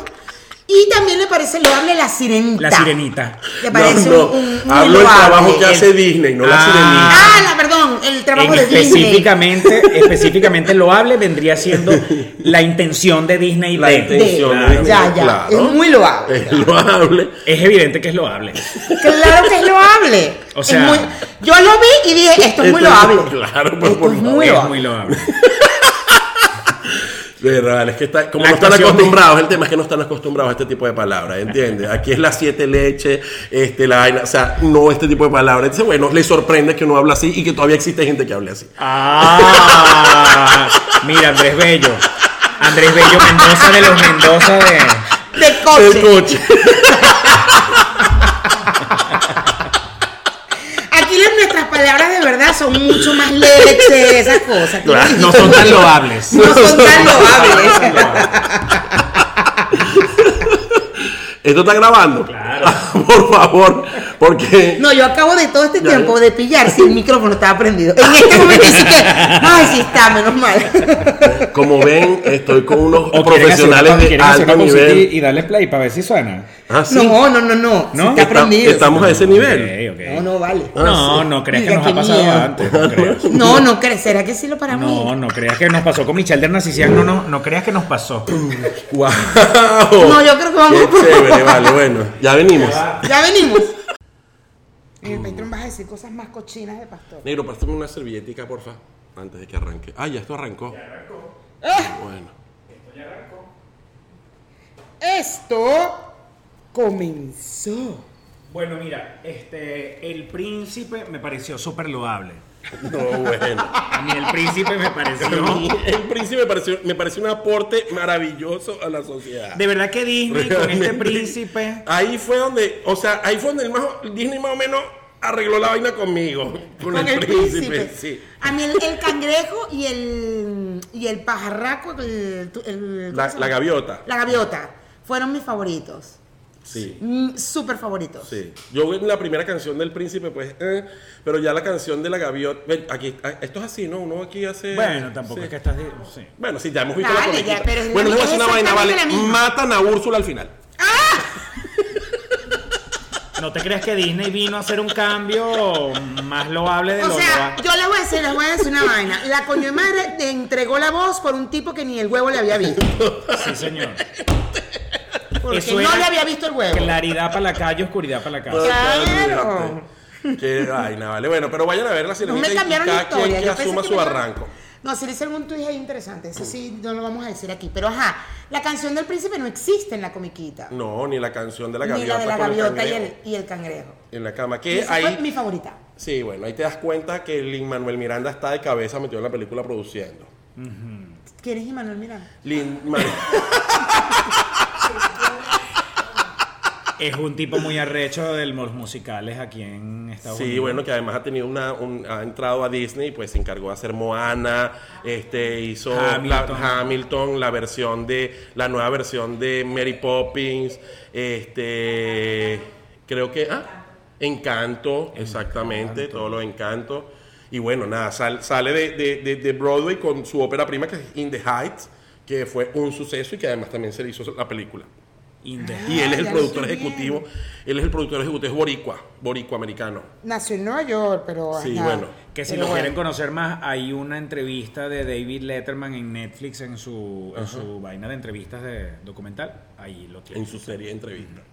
Speaker 2: Y también le parece loable la sirenita.
Speaker 3: La sirenita.
Speaker 2: Le parece
Speaker 1: No, no,
Speaker 2: un- un- muy
Speaker 1: hablo del
Speaker 2: loable.
Speaker 1: trabajo que
Speaker 2: El-
Speaker 1: hace Disney, no la
Speaker 3: Ah.
Speaker 1: sirenita.
Speaker 2: Ah, la, perdón, el trabajo
Speaker 3: En
Speaker 2: de Disney.
Speaker 3: específicamente, específicamente loable vendría siendo la intención de Disney.
Speaker 1: La
Speaker 3: de-
Speaker 1: intención de
Speaker 3: Claro.
Speaker 1: Disney,
Speaker 2: Ya, ya.
Speaker 1: claro.
Speaker 2: Es muy loable.
Speaker 1: Es loable.
Speaker 3: Es evidente que es loable.
Speaker 2: Claro que es loable.
Speaker 3: O
Speaker 2: Es
Speaker 3: sea-
Speaker 2: muy- yo lo vi y dije, esto es
Speaker 1: [laughs]
Speaker 2: muy
Speaker 1: Esto es-
Speaker 2: loable.
Speaker 1: claro, pero
Speaker 2: esto
Speaker 1: por
Speaker 2: es
Speaker 1: favor.
Speaker 2: muy
Speaker 3: es
Speaker 2: loable.
Speaker 3: muy loable.
Speaker 1: De verdad, es que está, como
Speaker 3: La
Speaker 1: no están
Speaker 3: actuación de-
Speaker 1: acostumbrados, el tema es que no están acostumbrados a este tipo de palabras, ¿entiendes? Aquí es la siete leche, este, la vaina, o sea, no este tipo de palabras. Entonces, bueno, les sorprende que uno habla así y que todavía existe gente que hable así.
Speaker 3: Ah, mira, Andrés Bello. Andrés Bello Mendoza de los Mendoza de.
Speaker 2: De
Speaker 1: El
Speaker 2: coche.
Speaker 1: coche. [laughs]
Speaker 2: Aquí las, nuestras palabras de verdad son mucho más leves que esas cosas. Aquí
Speaker 1: Claro.
Speaker 3: No son tan loables.
Speaker 2: No son tan loables.
Speaker 1: [laughs] ¿Esto está grabando? Claro. [laughs] Por favor, porque...
Speaker 2: No, yo acabo de todo este
Speaker 1: Ya,
Speaker 2: tiempo de pillar si el micrófono estaba prendido. En este momento sí que. Ay, sí está, menos mal.
Speaker 1: Como ven, estoy con unos
Speaker 3: O quieren hacer una-
Speaker 1: profesionales de
Speaker 3: quieren hacer
Speaker 1: alto
Speaker 3: una consulta
Speaker 1: nivel.
Speaker 3: Y y darle play para ver si suena.
Speaker 1: Ah, sí.
Speaker 2: No, no, no, no.
Speaker 3: ¿No?
Speaker 2: Sí está
Speaker 1: Está-
Speaker 2: prendido.
Speaker 1: estamos a ese nivel.
Speaker 3: Ok, ok.
Speaker 2: No, no vale.
Speaker 1: Ah,
Speaker 3: No,
Speaker 1: sí.
Speaker 3: no creas que
Speaker 2: Mira,
Speaker 3: nos
Speaker 2: qué
Speaker 3: ha pasado
Speaker 2: miedo.
Speaker 3: antes.
Speaker 2: [laughs]
Speaker 3: No creas.
Speaker 2: No, no crees. ¿Será que sí lo paramos?
Speaker 3: No, no creas que nos pasó con Michelle del Narcisian. No, no, no creas que nos pasó.
Speaker 1: [laughs] Guau. [laughs]
Speaker 2: No, yo creo que vamos
Speaker 1: Qué chévere, vale, bueno. Ya venimos.
Speaker 2: Ya venimos. En el Patreon vas a decir cosas más cochinas de pastor.
Speaker 1: Negro, préstame una servilletica, porfa. Antes de que arranque. Ah, ya esto arrancó. Ah, Bueno.
Speaker 2: Esto comenzó.
Speaker 3: Bueno, mira, este, el príncipe me pareció súper loable.
Speaker 1: No, [laughs] bueno.
Speaker 3: A mí el príncipe me
Speaker 1: [laughs]
Speaker 3: pareció.
Speaker 1: El príncipe me pareció, me pareció un aporte maravilloso a la sociedad.
Speaker 3: De verdad que Disney con este
Speaker 1: Realmente.
Speaker 3: príncipe.
Speaker 1: Ahí fue donde, o sea, ahí fue donde el más- Disney más o menos arregló la vaina
Speaker 3: [laughs]
Speaker 1: conmigo. Con, el, príncipe. sí.
Speaker 2: A mí el, el cangrejo y el y el pajarraco, el, el-
Speaker 1: La-
Speaker 2: ¿cómo se llama?
Speaker 1: la gaviota.
Speaker 2: La gaviota. Fueron mis favoritos.
Speaker 1: Sí.
Speaker 2: Mm, Súper favoritos.
Speaker 1: Sí. Yo en la primera canción del príncipe, pues, eh, pero ya la canción de la gaviota. ven, Aquí, a- esto es así, ¿no? Uno aquí hace.
Speaker 3: Bueno, tampoco
Speaker 1: sí.
Speaker 3: es que estás. de- Sí.
Speaker 1: Bueno, sí, ya hemos visto
Speaker 2: Vale,
Speaker 1: la comiquita.
Speaker 2: ya, pero es-
Speaker 1: Bueno, les voy a
Speaker 2: es
Speaker 1: decir una vaina, vale.
Speaker 2: exactamente la misma.
Speaker 1: Matan a Úrsula al final.
Speaker 3: No te creas que Disney vino a hacer un cambio más loable de
Speaker 2: O
Speaker 3: lo
Speaker 2: sea,
Speaker 3: loa-
Speaker 2: yo les voy a decir, les voy a decir una vaina. La coño de madre le entregó la voz por un tipo que ni el huevo le había visto.
Speaker 3: Sí, señor.
Speaker 2: Porque
Speaker 3: Eso
Speaker 2: no
Speaker 3: era-
Speaker 2: le había visto el huevo.
Speaker 3: Claridad para la calle, oscuridad para la casa.
Speaker 2: Ah, Claro.
Speaker 1: Qué vaina, vale. Bueno, pero vayan a ver la
Speaker 2: No
Speaker 1: sirenita
Speaker 2: me cambiaron
Speaker 1: y
Speaker 2: la
Speaker 1: cada quien
Speaker 2: historia.
Speaker 1: que
Speaker 2: Yo pensé
Speaker 1: asuma
Speaker 2: que
Speaker 1: su
Speaker 2: me-
Speaker 1: barranco.
Speaker 2: No, si le hicieron un tweet ahí interesante. Eso sí, no lo vamos a decir aquí. Pero ajá, la canción del príncipe no existe en la comiquita.
Speaker 1: No, ni la canción de la
Speaker 2: ni
Speaker 1: gaviota.
Speaker 2: la de la
Speaker 1: con el
Speaker 2: gaviota y el,
Speaker 1: cangrejo
Speaker 2: y el cangrejo.
Speaker 1: En la cama.
Speaker 2: Y
Speaker 1: Que
Speaker 2: esa fue
Speaker 1: ahí.
Speaker 2: mi favorita.
Speaker 1: Sí, bueno, ahí te das cuenta que Lin Manuel Miranda está de cabeza metido en la película produciendo.
Speaker 2: ¿Quién es Emanuel Miranda?
Speaker 1: Lin Manuel.
Speaker 3: Es un tipo muy arrecho de los musicales aquí en Estados Unidos.
Speaker 1: Sí, bueno, que además ha tenido una, un- ha entrado a Disney, pues se encargó de hacer Moana, este hizo
Speaker 3: Hamilton.
Speaker 1: La, Hamilton, la versión de, la nueva versión de Mary Poppins, este, creo que, ah, Encanto, exactamente, todo lo de Encanto. Y bueno, nada, sal- sale de, de- de- de Broadway con su ópera prima que es In the Heights, que fue un suceso y que además también se le hizo la película.
Speaker 3: In the-
Speaker 1: Y él es el
Speaker 2: ya
Speaker 1: productor
Speaker 2: sé bien.
Speaker 1: ejecutivo, él es el productor ejecutivo, es boricua, boricua americano.
Speaker 2: Nació en Nueva York, pero.
Speaker 1: Sí,
Speaker 2: ajá.
Speaker 1: bueno.
Speaker 3: Que si
Speaker 2: Pero
Speaker 3: lo
Speaker 2: bueno.
Speaker 3: quieren conocer más, hay una entrevista de David Letterman en Netflix en su, en su vaina de entrevistas de documental. Ahí lo
Speaker 1: en
Speaker 3: tienen.
Speaker 1: su serie de entrevistas.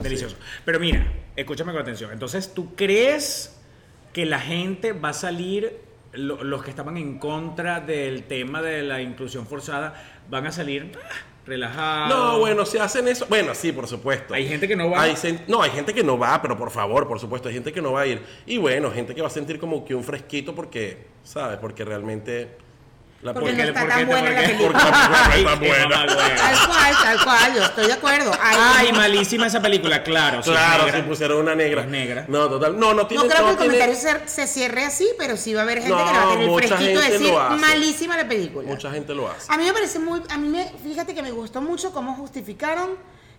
Speaker 3: Delicioso. Pero mira, escúchame con atención. Entonces, ¿tú crees que la gente va a salir, lo- los que estaban en contra del tema de la inclusión forzada, van a salir ah, relajados?
Speaker 1: No, bueno, si hacen eso. Bueno, sí, por supuesto.
Speaker 3: Hay gente que no va.
Speaker 1: Hay sen- no, hay gente que no va, pero por favor, por supuesto, hay gente que no va a ir. Y bueno, gente que va a sentir como que un fresquito porque, ¿sabes? Porque realmente la
Speaker 2: Porque no
Speaker 1: porque-
Speaker 2: está
Speaker 3: por
Speaker 2: tan
Speaker 3: qué-
Speaker 2: buena
Speaker 3: por
Speaker 2: la
Speaker 3: qué-
Speaker 1: porque
Speaker 2: película.
Speaker 1: la película
Speaker 3: Ay,
Speaker 1: está
Speaker 3: qué
Speaker 1: buena.
Speaker 3: mamagüey.
Speaker 2: Tal cual, tal cual, yo estoy de acuerdo. Ay,
Speaker 3: Ay,
Speaker 2: no,
Speaker 3: malísima esa película, claro. sí,
Speaker 1: Claro,
Speaker 3: negra.
Speaker 1: si pusieron una negra.
Speaker 3: Es negra.
Speaker 1: No, total. No, no tiene
Speaker 2: no creo que el
Speaker 1: no tiene-
Speaker 2: comentario se, se cierre así, pero sí va a haber gente que
Speaker 1: No,
Speaker 2: le va a tener el
Speaker 1: mucha
Speaker 2: fresquito de
Speaker 1: gente
Speaker 2: decir
Speaker 1: lo hace.
Speaker 2: malísima la película.
Speaker 1: Mucha gente lo hace.
Speaker 2: A mí me parece muy. A mí me. Fíjate que me gustó mucho cómo justificaron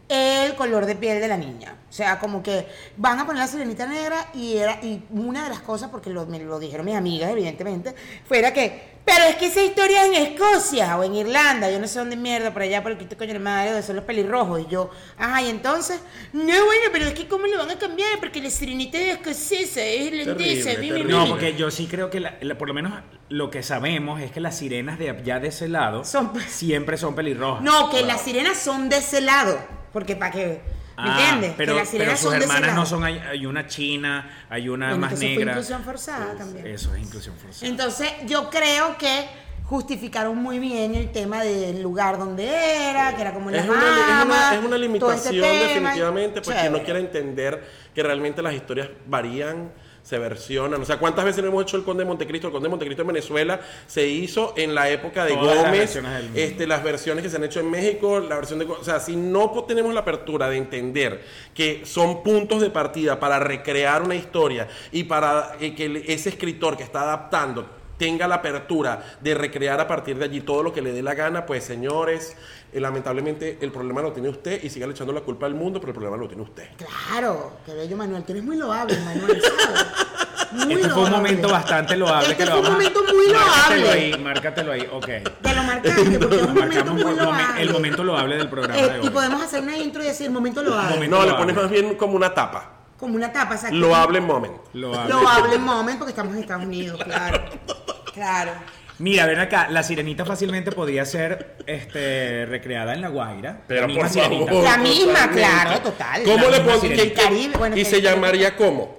Speaker 2: el color de piel de la niña. O sea, como que van a poner la sirenita negra y era. Y una de las cosas, porque lo, me lo dijeron mis amigas, evidentemente, fuera que. Pero es que esa historia es en Escocia o en Irlanda, yo no sé dónde mierda, por allá, por el quito coño de madre, donde son los pelirrojos. Y yo, ajá, y entonces, no, bueno, pero es que cómo lo van a cambiar, porque la sirenita es escocesa, es irlandesa,
Speaker 1: Terrible, terrible.
Speaker 2: mi, mi, mi.
Speaker 3: No, porque yo sí creo que, la- la- por lo menos lo que sabemos es que las sirenas de allá de ese lado
Speaker 2: Son-
Speaker 3: siempre son pelirrojas.
Speaker 2: No, que las sirenas son de ese lado. Porque para que. ¿Me
Speaker 3: Ah,
Speaker 2: entiendes?
Speaker 3: Pero,
Speaker 2: que las
Speaker 3: pero
Speaker 2: sirenas
Speaker 3: sus
Speaker 2: son de ese
Speaker 3: hermanas
Speaker 2: lado.
Speaker 3: no son, hay, hay una china, hay una
Speaker 2: Bueno,
Speaker 3: más
Speaker 2: entonces fue
Speaker 3: negra.
Speaker 2: inclusión forzada también.
Speaker 3: Eso es inclusión forzada.
Speaker 2: Entonces, yo creo que justificaron muy bien el tema del lugar donde era, que era como en
Speaker 1: Es
Speaker 2: las
Speaker 1: una, es una-
Speaker 2: Bahamas,
Speaker 1: es una
Speaker 2: todo este
Speaker 1: limitación
Speaker 2: tema.
Speaker 1: definitivamente, porque
Speaker 2: Chévere.
Speaker 1: no quiere entender que realmente las historias varían, se versionan. O sea, ¿cuántas veces no hemos hecho el Conde de Montecristo? El Conde de Montecristo en Venezuela se hizo en la época de
Speaker 3: Todas las
Speaker 1: Gómez,
Speaker 3: versiones del mundo.
Speaker 1: este, las versiones que se han hecho en México, la versión de... Gó- O sea, si no po- tenemos la apertura de entender que son puntos de partida para recrear una historia y para eh, que el- ese escritor que está adaptando tenga la apertura de recrear a partir de allí todo lo que le dé la gana, pues señores, eh, lamentablemente el problema lo tiene usted y siga echando la culpa al mundo, pero el problema lo tiene usted.
Speaker 2: Claro, qué bello Manuel, tú eres muy loable, Manuel.
Speaker 3: [laughs]
Speaker 2: ¿sabes? Muy
Speaker 3: este fue un
Speaker 2: loable.
Speaker 3: momento bastante loable.
Speaker 2: Este
Speaker 3: que lo
Speaker 2: fue un
Speaker 3: vamos a-
Speaker 2: momento muy
Speaker 3: Márcatelo
Speaker 2: loable.
Speaker 3: ahí, márcatelo ahí, ok.
Speaker 2: Te
Speaker 3: [laughs]
Speaker 2: lo marcaste porque es un momento
Speaker 3: Marcamos
Speaker 2: muy
Speaker 3: el momen-
Speaker 2: loable.
Speaker 3: el momento loable del programa
Speaker 2: Eh,
Speaker 3: de
Speaker 2: y
Speaker 3: hoy.
Speaker 2: podemos hacer una intro y decir momento loable.
Speaker 3: Momento-
Speaker 1: No, le
Speaker 3: loable.
Speaker 1: pones más bien como una tapa.
Speaker 2: Como una tapa, exacto.
Speaker 1: Lo hable moment.
Speaker 3: Loable.
Speaker 2: Loable moment porque estamos en Estados Unidos, claro. Claro.
Speaker 3: Mira, ven acá, la sirenita fácilmente podría ser este, recreada en La Guaira.
Speaker 1: Pero
Speaker 3: La misma
Speaker 1: por favor.
Speaker 3: sirenita.
Speaker 2: La misma,
Speaker 1: Totalmente.
Speaker 2: claro, total.
Speaker 1: ¿Cómo
Speaker 3: La
Speaker 1: le
Speaker 3: misma
Speaker 1: pones?
Speaker 3: sirenita.
Speaker 1: ¿Qué- qué-
Speaker 2: Caribe, bueno,
Speaker 1: ¿Y
Speaker 2: que-
Speaker 1: se llamaría cómo?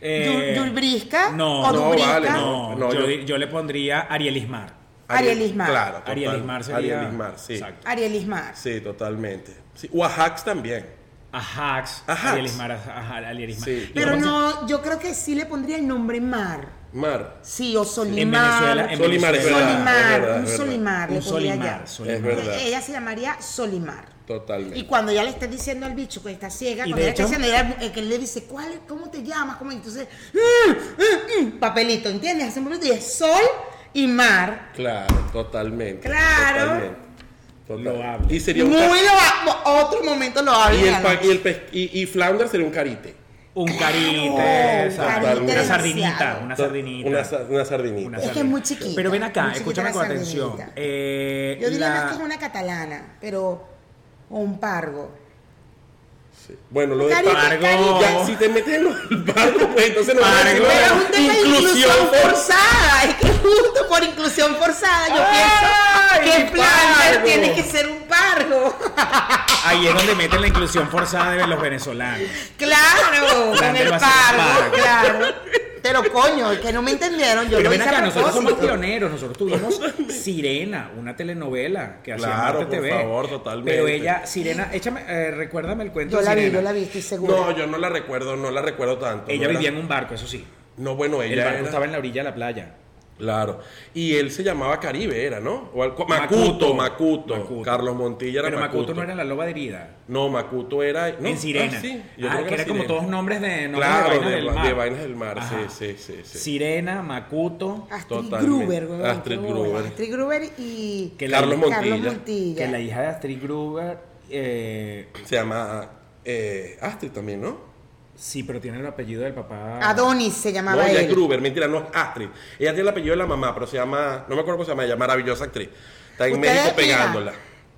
Speaker 3: Eh,
Speaker 2: Dul- Dulbrisca
Speaker 3: No,
Speaker 2: o
Speaker 3: no,
Speaker 2: Dubrica.
Speaker 1: vale,
Speaker 3: no,
Speaker 1: No,
Speaker 3: yo,
Speaker 1: yo-
Speaker 3: di- yo le pondría Ariel Ismar.
Speaker 2: Ariel Ismar.
Speaker 1: Claro, total.
Speaker 3: Ariel Ismar sería.
Speaker 1: Ariel Ismar, sí.
Speaker 3: Exacto.
Speaker 2: Ariel Ismar.
Speaker 1: Sí, totalmente. Sí. O Ajax también.
Speaker 3: Ajax,
Speaker 1: Ajax.
Speaker 3: Ariel Ismar, ajá, Ariel Ismar.
Speaker 1: Sí.
Speaker 3: Lo que
Speaker 2: Pero
Speaker 3: pasa-
Speaker 2: no, yo creo que sí le pondría el nombre Mar.
Speaker 1: Mar.
Speaker 2: Sí, o Solimar.
Speaker 3: En Venezuela, en
Speaker 1: Solimar, es
Speaker 3: Venezuela.
Speaker 1: verdad.
Speaker 2: Solimar,
Speaker 1: verdad,
Speaker 2: un
Speaker 1: es verdad.
Speaker 2: Solimar. le
Speaker 3: Un
Speaker 2: pondría
Speaker 3: Solimar,
Speaker 2: ya.
Speaker 1: Es
Speaker 3: Solimar.
Speaker 1: verdad.
Speaker 2: Ella se llamaría Solimar.
Speaker 1: Totalmente.
Speaker 2: Y cuando ya le esté diciendo al bicho que está ciega,
Speaker 3: Y
Speaker 2: cuando
Speaker 3: de
Speaker 2: ya le está
Speaker 3: hecho-
Speaker 2: diciendo, ella, eh, que él le dice, ¿cuál, ¿cómo te llamas? ¿Cómo? Entonces, mm, mm, mm, papelito, ¿entiendes? Hace un momento y es sol y mar.
Speaker 1: Claro, totalmente.
Speaker 2: Claro.
Speaker 1: Totalmente. Total.
Speaker 3: Loable.
Speaker 1: Y sería un
Speaker 2: Muy
Speaker 1: ca-
Speaker 2: lo otro momento lo habla.
Speaker 1: y, el pa- y, el pes- y, y Flounder sería un carite.
Speaker 3: Un carite,
Speaker 2: un
Speaker 3: exacto.
Speaker 1: carite
Speaker 3: una
Speaker 1: demasiado.
Speaker 3: sardinita, una sardinita.
Speaker 1: Una, sa- una sardinita.
Speaker 3: Una
Speaker 2: Es que
Speaker 3: sardinita.
Speaker 2: es muy chiquita,
Speaker 3: Pero ven acá,
Speaker 2: muy chiquita
Speaker 3: escúchame
Speaker 2: la
Speaker 3: con atención.
Speaker 2: sardinita.
Speaker 3: Eh,
Speaker 2: Yo diría
Speaker 3: la-
Speaker 2: más que es una catalana, pero. O un pargo.
Speaker 1: Sí. Bueno, lo de
Speaker 2: Carite,
Speaker 1: Pargo.
Speaker 2: carite.
Speaker 1: Ya, si te metes en lo del Pargo, pues entonces no
Speaker 3: Pargo.
Speaker 1: decir
Speaker 2: Pero
Speaker 1: nada.
Speaker 2: es un tema de inclusión forzada. Es que justo por inclusión forzada yo
Speaker 3: ¡Ay,
Speaker 2: pienso que
Speaker 3: pargo!
Speaker 2: Flanders tiene que ser un pargo.
Speaker 3: Ahí es donde meten la inclusión forzada de los venezolanos.
Speaker 2: Claro, con
Speaker 3: Grande
Speaker 2: el
Speaker 3: va a ser
Speaker 2: pargo,
Speaker 3: pargo.
Speaker 2: claro. Pero coño, es que no me entendieron. Yo
Speaker 3: Pero
Speaker 2: lo
Speaker 3: ven
Speaker 2: hice
Speaker 3: acá,
Speaker 2: a
Speaker 3: nosotros somos
Speaker 2: propósito.
Speaker 3: pioneros,
Speaker 2: [laughs]
Speaker 3: nosotros tuvimos Sirena, una telenovela que hacía
Speaker 1: Claro,
Speaker 3: Marte
Speaker 1: por
Speaker 3: TV.
Speaker 1: favor, totalmente.
Speaker 3: Pero ella, Sirena, échame, eh, recuérdame el cuento
Speaker 2: Yo
Speaker 3: de
Speaker 2: la vi,
Speaker 3: Sirena.
Speaker 2: yo la vi, estoy segura.
Speaker 1: No, yo no la recuerdo, no la recuerdo tanto.
Speaker 3: Ella
Speaker 1: no
Speaker 3: vivía en
Speaker 1: era-
Speaker 3: un barco, eso sí.
Speaker 1: No, bueno,
Speaker 3: el
Speaker 1: ella
Speaker 3: barco
Speaker 1: era...
Speaker 3: estaba en la orilla de la playa.
Speaker 1: Claro. Y él se llamaba Caribe, ¿era, no? O al-
Speaker 3: Macuto.
Speaker 1: Macuto, Macuto,
Speaker 3: Macuto.
Speaker 1: Carlos Montilla era
Speaker 3: Pero Macuto, no era la loba de herida.
Speaker 1: No, Macuto era... no,
Speaker 3: en Sirena.
Speaker 1: Ah,
Speaker 3: Ah,
Speaker 1: sí.
Speaker 3: que era, como
Speaker 1: Sirena.
Speaker 3: todos nombres de nombres
Speaker 1: Claro,
Speaker 3: de vainas
Speaker 1: de,
Speaker 3: del
Speaker 1: va-
Speaker 3: mar.
Speaker 1: de vainas del mar, sí,
Speaker 3: Ajá.
Speaker 1: sí, sí, sí.
Speaker 3: Sirena, Macuto,
Speaker 2: Astrid
Speaker 1: Totalmente.
Speaker 2: Gruber, güey.
Speaker 1: Astrid
Speaker 2: qué bola.
Speaker 1: Gruber.
Speaker 2: Astrid Gruber y
Speaker 3: Que la-
Speaker 1: Carlos Montilla.
Speaker 2: Carlos Montilla.
Speaker 3: que la hija de Astrid Gruber, eh,
Speaker 1: Se llama eh, Astrid también, ¿no?
Speaker 3: sí, pero tiene el apellido del papá.
Speaker 2: Adonis se
Speaker 1: No,
Speaker 2: llamaba
Speaker 1: ella es
Speaker 2: él.
Speaker 1: Gruber, mentira, no es Astrid. Ella tiene el apellido de la mamá, pero se llama, no me acuerdo cómo se llama ella, maravillosa actriz. Está en
Speaker 2: Ustedes,
Speaker 1: México
Speaker 2: mira,
Speaker 1: pegándola.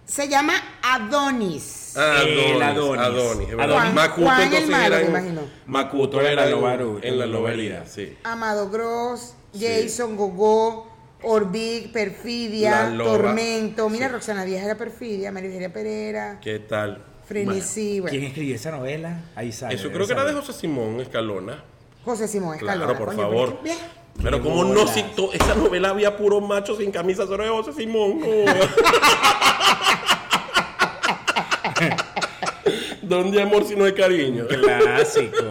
Speaker 2: Se llama Adonis.
Speaker 3: El
Speaker 1: Adonis,
Speaker 3: Adonis.
Speaker 1: Adonis, es verdad.
Speaker 3: Adonis.
Speaker 1: Macuto
Speaker 2: Juan el
Speaker 1: entonces
Speaker 2: Malo,
Speaker 1: era
Speaker 2: me
Speaker 1: en-
Speaker 2: imagino.
Speaker 1: Macuto era
Speaker 3: En la
Speaker 1: en,
Speaker 3: Lobaru-
Speaker 1: en la
Speaker 3: en la
Speaker 1: lobería,
Speaker 3: Lobaría.
Speaker 1: sí.
Speaker 2: Amado Gross, Jason Gogó, Orbic, Perfidia,
Speaker 1: La Loba.
Speaker 2: Tormento. Mira,
Speaker 1: Sí.
Speaker 2: Roxana Díaz era Perfidia, María Eugenia Pereira,
Speaker 1: ¿Qué tal?
Speaker 2: Frenesí, bueno.
Speaker 3: ¿Quién escribió esa novela? Ahí sale.
Speaker 1: Bueno, eso
Speaker 3: debe
Speaker 1: creo que era
Speaker 3: saber.
Speaker 1: de José Simón Escalona.
Speaker 2: José Simón Escalona.
Speaker 1: Claro, por
Speaker 2: coño,
Speaker 1: favor.
Speaker 2: pero es que-
Speaker 1: Pero
Speaker 3: Qué
Speaker 1: como no
Speaker 3: bolas.
Speaker 1: citó, esa novela había puro macho sin camisa, solo de José Simón. [laughs] no. ¿Dónde amor si no hay cariño?
Speaker 3: Clásico.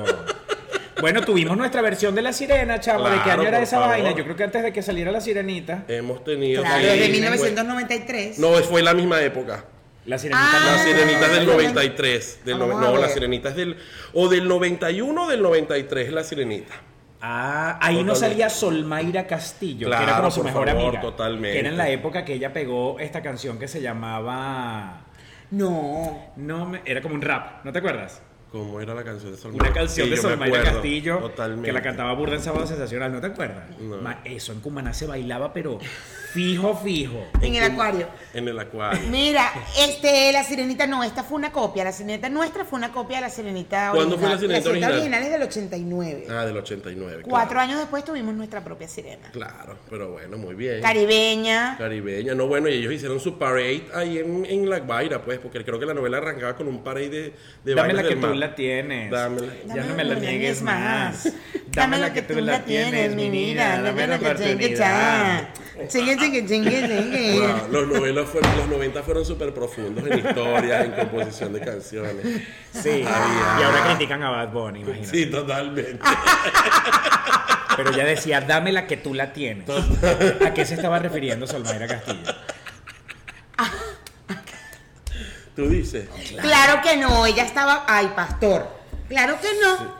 Speaker 3: Bueno, tuvimos nuestra versión de La Sirena, chamo. ¿De qué
Speaker 1: Claro,
Speaker 3: año era
Speaker 1: por
Speaker 3: esa
Speaker 1: favor.
Speaker 3: vaina? Yo creo que antes de que saliera La Sirenita.
Speaker 1: Hemos tenido.
Speaker 2: Claro,
Speaker 1: sí,
Speaker 2: desde
Speaker 1: fue-
Speaker 2: 1993.
Speaker 1: No, fue la misma época.
Speaker 3: La Sirenita.
Speaker 2: Ah.
Speaker 1: La
Speaker 3: no-
Speaker 1: sirenita es del
Speaker 2: bueno.
Speaker 1: 93. Del
Speaker 2: Vamos
Speaker 1: noven-
Speaker 2: a
Speaker 1: no, la
Speaker 2: ver.
Speaker 1: sirenita es del. O del 91 o del 93, la sirenita.
Speaker 3: Ah, ahí no
Speaker 1: Totalmente.
Speaker 3: salía Solmaira Castillo, que era
Speaker 1: Claro,
Speaker 3: como su
Speaker 1: por
Speaker 3: mejor
Speaker 1: favor,
Speaker 3: amiga.
Speaker 1: totalmente.
Speaker 3: Que era en la época que ella pegó esta canción que se llamaba.
Speaker 2: No.
Speaker 3: No, me- era como un rap, ¿no te acuerdas?
Speaker 1: ¿Cómo era la canción de Sol
Speaker 3: Una canción
Speaker 1: Sí,
Speaker 3: de
Speaker 1: yo me
Speaker 3: Solmaira
Speaker 1: acuerdo,
Speaker 3: Castillo
Speaker 1: Totalmente.
Speaker 3: que la cantaba burda en Sábado Sensacional, ¿no te acuerdas?
Speaker 1: No.
Speaker 3: Ma- eso en Cumaná se bailaba, pero fijo, fijo.
Speaker 2: En el acuario.
Speaker 1: En el acuario.
Speaker 2: Mira, este, la sirenita no, esta fue una copia. La sirenita nuestra fue una copia de la sirenita
Speaker 1: ¿Cuándo
Speaker 2: original.
Speaker 1: fue la sirenita original?
Speaker 2: es del 89.
Speaker 1: Ah, del 89.
Speaker 2: Cuatro
Speaker 1: claro.
Speaker 2: años después tuvimos nuestra propia sirena.
Speaker 1: Claro, pero bueno, muy bien.
Speaker 2: Caribeña.
Speaker 1: Caribeña, no, bueno, y ellos hicieron su parade ahí en, en La Guaira, pues, porque creo que la novela arrancaba con un parade de, de
Speaker 3: Dame
Speaker 1: vainas
Speaker 3: la que
Speaker 1: del
Speaker 3: tú
Speaker 1: mar.
Speaker 3: la tienes.
Speaker 1: Dámela.
Speaker 3: Ya no me la niegues más.
Speaker 2: Dame la que tú la tienes, mi vida. Dame la que tú la tienes ya. Chingue, chingue, chingue, chingue.
Speaker 1: Wow, los, novelas fueron, los 90 fueron súper profundos en historias, en composición de canciones.
Speaker 3: Sí.
Speaker 1: Había-
Speaker 3: Y ahora critican a Bad Bunny, imagínate.
Speaker 1: Ah. Sí, totalmente.
Speaker 3: Pero ya decía, dame la que tú la tienes. ¿A qué se estaba refiriendo Solvaira Castillo?
Speaker 1: Tú dices.
Speaker 2: Claro que no, ella estaba. Ay, pastor. Claro que no.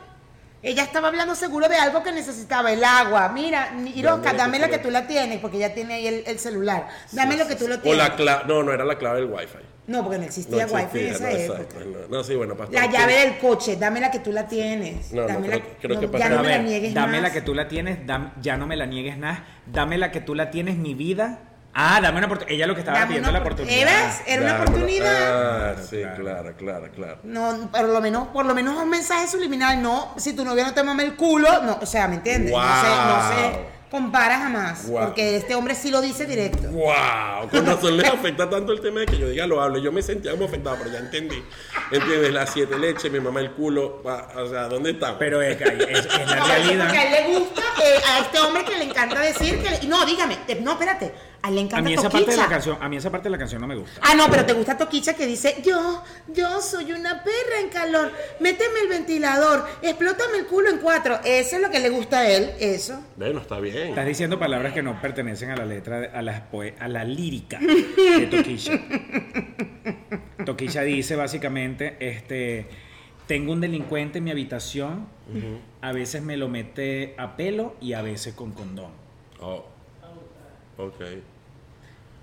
Speaker 2: Ella estaba hablando seguro de algo que necesitaba, el agua. Mira, Iroca, dame lo que tú la tienes, porque ella tiene ahí el, el celular. Dame lo que tú lo
Speaker 1: O
Speaker 2: tienes.
Speaker 1: la clave. No, no era la clave del wifi.
Speaker 2: No, porque no
Speaker 1: No
Speaker 2: existía, wifi en
Speaker 1: existía,
Speaker 2: esa
Speaker 1: no,
Speaker 2: época.
Speaker 1: exacto. No, no, sí, bueno, pastor.
Speaker 2: La llave del coche, dame la que tú la tienes.
Speaker 1: No, no,
Speaker 2: dame
Speaker 1: creo
Speaker 2: la,
Speaker 1: que- creo
Speaker 2: no,
Speaker 1: que pasó.
Speaker 2: ya [laughs] no
Speaker 3: A
Speaker 2: me la
Speaker 3: ver,
Speaker 2: niegues
Speaker 3: dame
Speaker 2: más.
Speaker 3: la que tú la tienes, dam- ya no me la niegues nada. Dame la que tú la tienes, mi vida. Ah, dame una oportunidad. Ella lo que estaba
Speaker 2: Dame
Speaker 3: pidiendo
Speaker 2: una
Speaker 3: la
Speaker 2: opor-
Speaker 3: oportunidad.
Speaker 2: ¿Ves? Era una
Speaker 1: Claro,
Speaker 2: oportunidad.
Speaker 1: Ah, sí, claro, claro, claro.
Speaker 2: No, por lo menos, por lo menos un mensaje subliminal, no, si tu novia no te mama el culo, no, o sea, ¿me entiendes? No
Speaker 1: Wow.
Speaker 2: se, no se compara jamás,
Speaker 1: Wow.
Speaker 2: porque este hombre sí lo dice directo.
Speaker 1: ¡Wow! Con razón les afecta tanto el tema de que yo diga lo hablo. Yo me sentía como afectado, pero ya entendí. ¿Entiendes? Las siete leches, mi mamá el culo. pa- O sea, ¿dónde estamos?
Speaker 3: Pero es, que ahí-
Speaker 2: [laughs]
Speaker 3: es- es la
Speaker 2: No, eso
Speaker 3: realidad.
Speaker 2: Porque a él le gusta, eh, a este hombre que le encanta decir que, le- no, dígame, eh, no, espérate, a él le
Speaker 3: A
Speaker 2: encanta
Speaker 3: mí esa parte de
Speaker 2: Toquicha.
Speaker 3: la canción, a mí esa parte de la canción no me gusta.
Speaker 2: Ah, no, pero te gusta Toquicha que dice, yo, yo soy una perra en calor, méteme el ventilador, explótame el culo en cuatro. Eso es lo que le gusta a él, eso.
Speaker 1: Bueno, está bien.
Speaker 3: Estás diciendo palabras que no pertenecen a la letra, de- a la, a la lírica de Toquilla.
Speaker 1: [laughs]
Speaker 3: Toquilla dice básicamente, este, tengo un delincuente en mi habitación, a veces me lo mete a pelo y a veces con condón.
Speaker 1: Oh. Ok.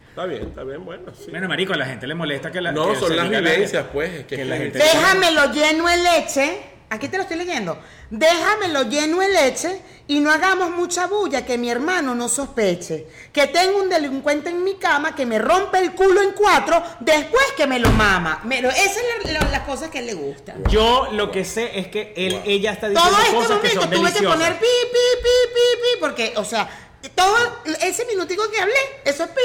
Speaker 1: Está bien, está bien, bueno. Sí.
Speaker 3: Bueno, marico, a la gente le molesta que la
Speaker 1: No,
Speaker 3: que
Speaker 1: son
Speaker 3: se
Speaker 1: las
Speaker 3: diga la-
Speaker 1: vivencias, pues, es que-
Speaker 3: la gente-
Speaker 2: Déjamelo lleno de leche. Aquí te lo estoy leyendo. Déjamelo lleno de leche y no hagamos mucha bulla que mi hermano no sospeche. Que tengo un delincuente en mi cama que me rompe el culo en cuatro después que me lo mama. Pero esas son la- la- las cosas que a él le gustan.
Speaker 3: Yo lo que sé es que él, ella está diciendo
Speaker 2: Todo este
Speaker 3: cosas que
Speaker 2: momento
Speaker 3: son
Speaker 2: tuve que
Speaker 3: deliciosas.
Speaker 2: poner pi, pi, pi, pi, pi, porque, o sea, todo ese minutico que hablé, eso es pi,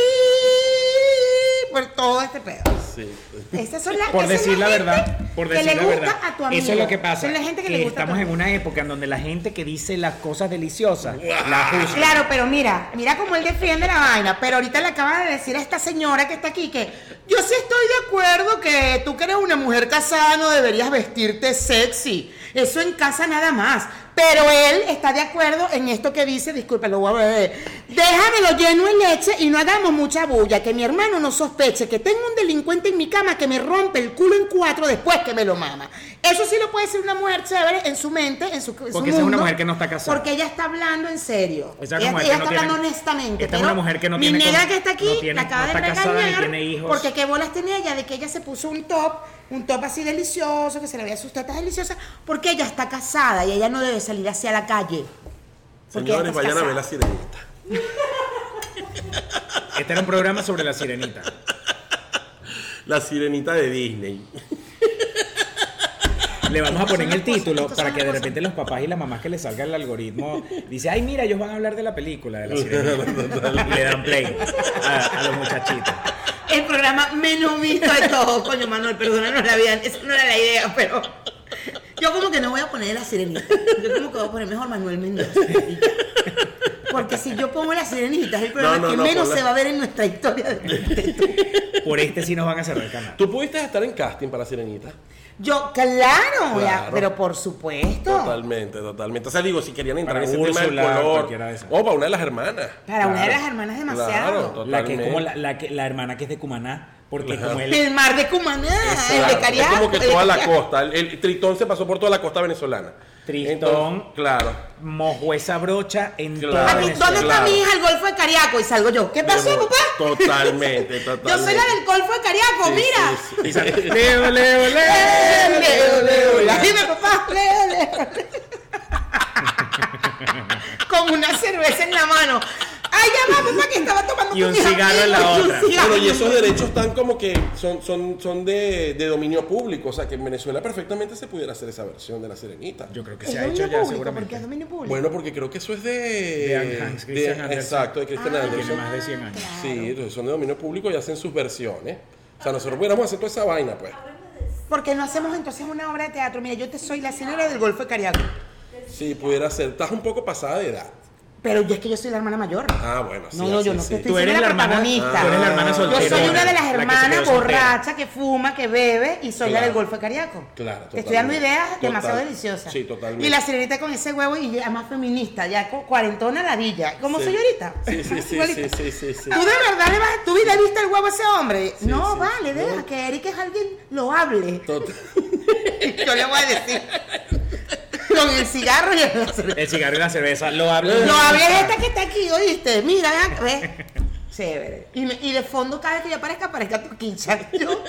Speaker 2: por todo este pedo.
Speaker 1: Sí.
Speaker 2: Esas son las
Speaker 3: por
Speaker 2: esa es
Speaker 3: decir la,
Speaker 2: gente
Speaker 3: verdad, por
Speaker 2: que
Speaker 3: decir
Speaker 2: le
Speaker 3: la
Speaker 2: gusta
Speaker 3: verdad.
Speaker 2: a tu amigo.
Speaker 3: Eso es lo que pasa.
Speaker 2: Son la gente que le
Speaker 3: Eh,
Speaker 2: gusta a tu
Speaker 3: estamos en
Speaker 2: amigo.
Speaker 3: una época en donde la gente que dice las cosas deliciosas, la juzga.
Speaker 2: Claro, pero mira, mira cómo él defiende la vaina. Pero ahorita le acaba de decir a esta señora que está aquí que yo sí estoy de acuerdo que tú que eres una mujer casada no deberías vestirte sexy. Eso en casa nada más. Pero él está de acuerdo en esto que dice, disculpa, lo voy a beber. Déjamelo lleno de leche y no hagamos mucha bulla, que mi hermano no sospeche que tengo un delincuente en mi cama que me rompe el culo en cuatro después que me lo mama. Eso sí lo puede decir una mujer chévere en su mente, en su, en su
Speaker 3: Porque esa es una
Speaker 2: mundo,
Speaker 3: mujer que no está casada.
Speaker 2: Porque ella está hablando en serio.
Speaker 3: Esa
Speaker 2: ella
Speaker 3: mujer
Speaker 2: ella
Speaker 3: que
Speaker 2: está
Speaker 3: no
Speaker 2: hablando
Speaker 3: tiene-
Speaker 2: honestamente.
Speaker 3: esta es
Speaker 2: pero
Speaker 3: una mujer que no
Speaker 2: mi
Speaker 3: tiene
Speaker 2: nega
Speaker 3: con-
Speaker 2: que está aquí
Speaker 3: no tiene-
Speaker 2: la acaba
Speaker 3: no
Speaker 2: de
Speaker 3: está casada ni
Speaker 2: regañar
Speaker 3: tiene hijos.
Speaker 2: porque qué bolas tenía ella de que ella se puso un top, un top así delicioso, que se le veía sus tetas deliciosas, porque ella está casada y ella no debe salir hacia la calle. Porque
Speaker 1: Señores,
Speaker 2: estás
Speaker 1: vayan a
Speaker 2: casada.
Speaker 1: ver la sirenita.
Speaker 3: Este era un programa sobre la sirenita.
Speaker 1: La sirenita de Disney.
Speaker 3: Le vamos a poner el título
Speaker 2: Esto es
Speaker 3: para
Speaker 2: una
Speaker 3: que de
Speaker 2: cosa.
Speaker 3: repente los papás y las mamás que le salga el algoritmo dice, ay mira, ellos van a hablar de la película de la sirenita. Y le dan play a, a los muchachitos.
Speaker 2: El programa menos visto
Speaker 1: [laughs]
Speaker 2: de todos, coño Manuel, perdona, no la había, esa no era la idea, pero yo como que no voy a poner la sirenita, yo como que voy a poner mejor Manuel Mendoza. y ya. Porque si yo pongo la sirenita, es el programa
Speaker 1: No, no,
Speaker 2: que
Speaker 1: no,
Speaker 2: menos
Speaker 1: ponla.
Speaker 2: se va a ver en nuestra
Speaker 1: [laughs]
Speaker 2: historia. de-
Speaker 3: Por este sí nos van a cerrar el canal.
Speaker 1: ¿Tú pudiste estar en casting para sirenita?
Speaker 2: Yo, claro, la-
Speaker 1: Claro.
Speaker 2: pero por supuesto.
Speaker 1: Totalmente, totalmente. O sea, digo, si querían entrar
Speaker 3: Para
Speaker 1: en ese tema del
Speaker 3: Úrsula,
Speaker 1: color.
Speaker 3: cualquiera de esas.
Speaker 1: O para una de las hermanas.
Speaker 2: Para una de
Speaker 1: Claro.
Speaker 2: las hermanas demasiado.
Speaker 1: Claro,
Speaker 3: La que es como
Speaker 1: totalmente.
Speaker 3: la, la que- la hermana que es de Cumaná, porque
Speaker 1: Ajá.
Speaker 3: como él...
Speaker 2: El mar de Cumaná, el de
Speaker 1: Claro, es
Speaker 2: Cariaco.
Speaker 1: como que
Speaker 2: el de
Speaker 1: toda la
Speaker 2: Cariaco.
Speaker 1: costa. El, el Tritón se pasó por toda la costa venezolana.
Speaker 3: Tritón.
Speaker 1: Entonces, claro.
Speaker 3: Mojó esa brocha en
Speaker 1: Claro.
Speaker 3: toda
Speaker 2: Aquí,
Speaker 3: Venezuela.
Speaker 2: ¿Dónde está
Speaker 1: Claro.
Speaker 2: mi hija? El Golfo de Cariaco. Y salgo yo. ¿Qué pasó,
Speaker 1: Pero
Speaker 2: papá?
Speaker 1: Totalmente,
Speaker 2: [laughs] Yo soy la
Speaker 1: totalmente.
Speaker 2: del Golfo de Cariaco,
Speaker 1: Sí,
Speaker 2: mira.
Speaker 1: sí,
Speaker 2: [laughs]
Speaker 3: Y sale, "Leo, Leo, Leo".
Speaker 2: Leo, Leo, Leo. Dime, papá. Leo, Leo. Con una cerveza en la mano. Ay, ya va, papá, que estaba tomando
Speaker 3: Y
Speaker 2: con
Speaker 3: un
Speaker 2: mis
Speaker 3: cigarro en la
Speaker 2: amigos, y un
Speaker 3: otra.
Speaker 2: cigarro.
Speaker 1: Bueno, y esos derechos están como que son, son, son de, de dominio público. O sea, que en Venezuela perfectamente se pudiera hacer esa versión de la Serenita.
Speaker 3: Yo creo que
Speaker 2: Es
Speaker 3: se ha hecho
Speaker 2: dominio
Speaker 3: ya
Speaker 2: público, porque es
Speaker 3: seguramente.
Speaker 2: dominio público.
Speaker 1: Bueno, porque creo que eso es de.
Speaker 3: De Hans Christian
Speaker 1: de-
Speaker 3: Andersen.
Speaker 1: Exacto, de Christian
Speaker 2: Ah.
Speaker 1: Andersen.
Speaker 3: Tiene más de 100 años.
Speaker 1: Sí, entonces son de dominio público y hacen sus versiones. O sea, nosotros pudiéramos hacer toda esa vaina, pues.
Speaker 2: Porque no hacemos entonces una obra de teatro. Mira, yo te soy la señora del Golfo de Cariaco.
Speaker 1: Sí, pudiera ser. Estás un poco pasada de edad.
Speaker 2: Pero yo es que yo soy la hermana mayor.
Speaker 1: Ah, bueno, sí,
Speaker 2: No, no, yo
Speaker 1: sí,
Speaker 2: no
Speaker 1: sí.
Speaker 2: te estoy
Speaker 3: Tú eres
Speaker 2: diciendo
Speaker 3: la
Speaker 2: la
Speaker 3: hermana-
Speaker 2: protagonista.
Speaker 1: tú eres la hermana
Speaker 2: Yo soy
Speaker 1: solterona,
Speaker 2: una de las
Speaker 3: la que se
Speaker 2: hermanas
Speaker 3: quedó soltera.
Speaker 2: borracha que fuma, que bebe y soy la
Speaker 1: Claro.
Speaker 2: del Golfo de Cariaco.
Speaker 1: Claro,
Speaker 2: Te estoy dando
Speaker 1: totalmente.
Speaker 2: ideas demasiado
Speaker 1: Total.
Speaker 2: deliciosas.
Speaker 1: Sí, totalmente.
Speaker 2: Y la sirenita con ese huevo y además feminista, ya cu- cuarentona ladilla. Como
Speaker 1: Sí.
Speaker 2: soy ahorita.
Speaker 1: Sí,
Speaker 2: [laughs]
Speaker 1: sí, sí,
Speaker 2: Igualita.
Speaker 1: sí, sí, sí, sí.
Speaker 2: Tú de verdad le vas, tú le viste el huevo a ese hombre.
Speaker 1: Sí,
Speaker 2: no,
Speaker 1: sí.
Speaker 2: vale, deja
Speaker 1: No.
Speaker 2: que Eric es alguien lo hable.
Speaker 1: Total.
Speaker 2: [laughs] Yo le voy a decir. con el cigarro y el
Speaker 3: El cigarro y la cerveza. Lo hablo.
Speaker 2: no hablé de esta que está aquí, oíste. Mira, ve acá, ve. Chévere. Y, me- y de fondo, cada vez que yo aparezca, aparezca tu quincha. Yo-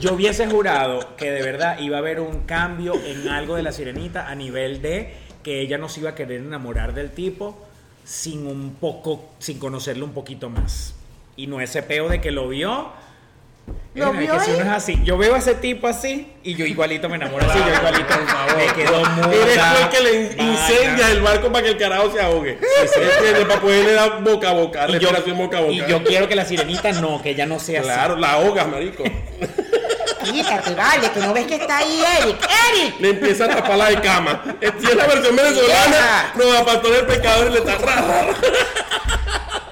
Speaker 3: Yo hubiese jurado que de verdad iba a haber un cambio en algo de la sirenita a nivel de que ella no se iba a querer enamorar del tipo sin un poco, sin conocerlo un poquito más. Y no ese peo de que lo vio.
Speaker 2: Lo
Speaker 3: Mira,
Speaker 2: vio
Speaker 3: que si
Speaker 2: ahí.
Speaker 3: uno es así. Yo veo a ese tipo así y yo igualito me enamoro así, yo igualito. Me quedo muda.
Speaker 1: Eres tú el que le in-
Speaker 3: vaina.
Speaker 1: incendia el barco para que el carajo se ahogue. ¿Entiendes? Para poderle dar boca a boca,
Speaker 3: Y yo,
Speaker 1: respiración boca a boca.
Speaker 3: y yo quiero que la sirenita no, que ella no sea
Speaker 1: Claro, la ahogas, marico.
Speaker 2: Quítate, vale, que no ves que está ahí Eric. ¡Eric!
Speaker 1: Le empieza a tapar la de cama. Esta es la versión venezolana.
Speaker 2: Vieja.
Speaker 1: Nueva pastora del pecador y le está raro.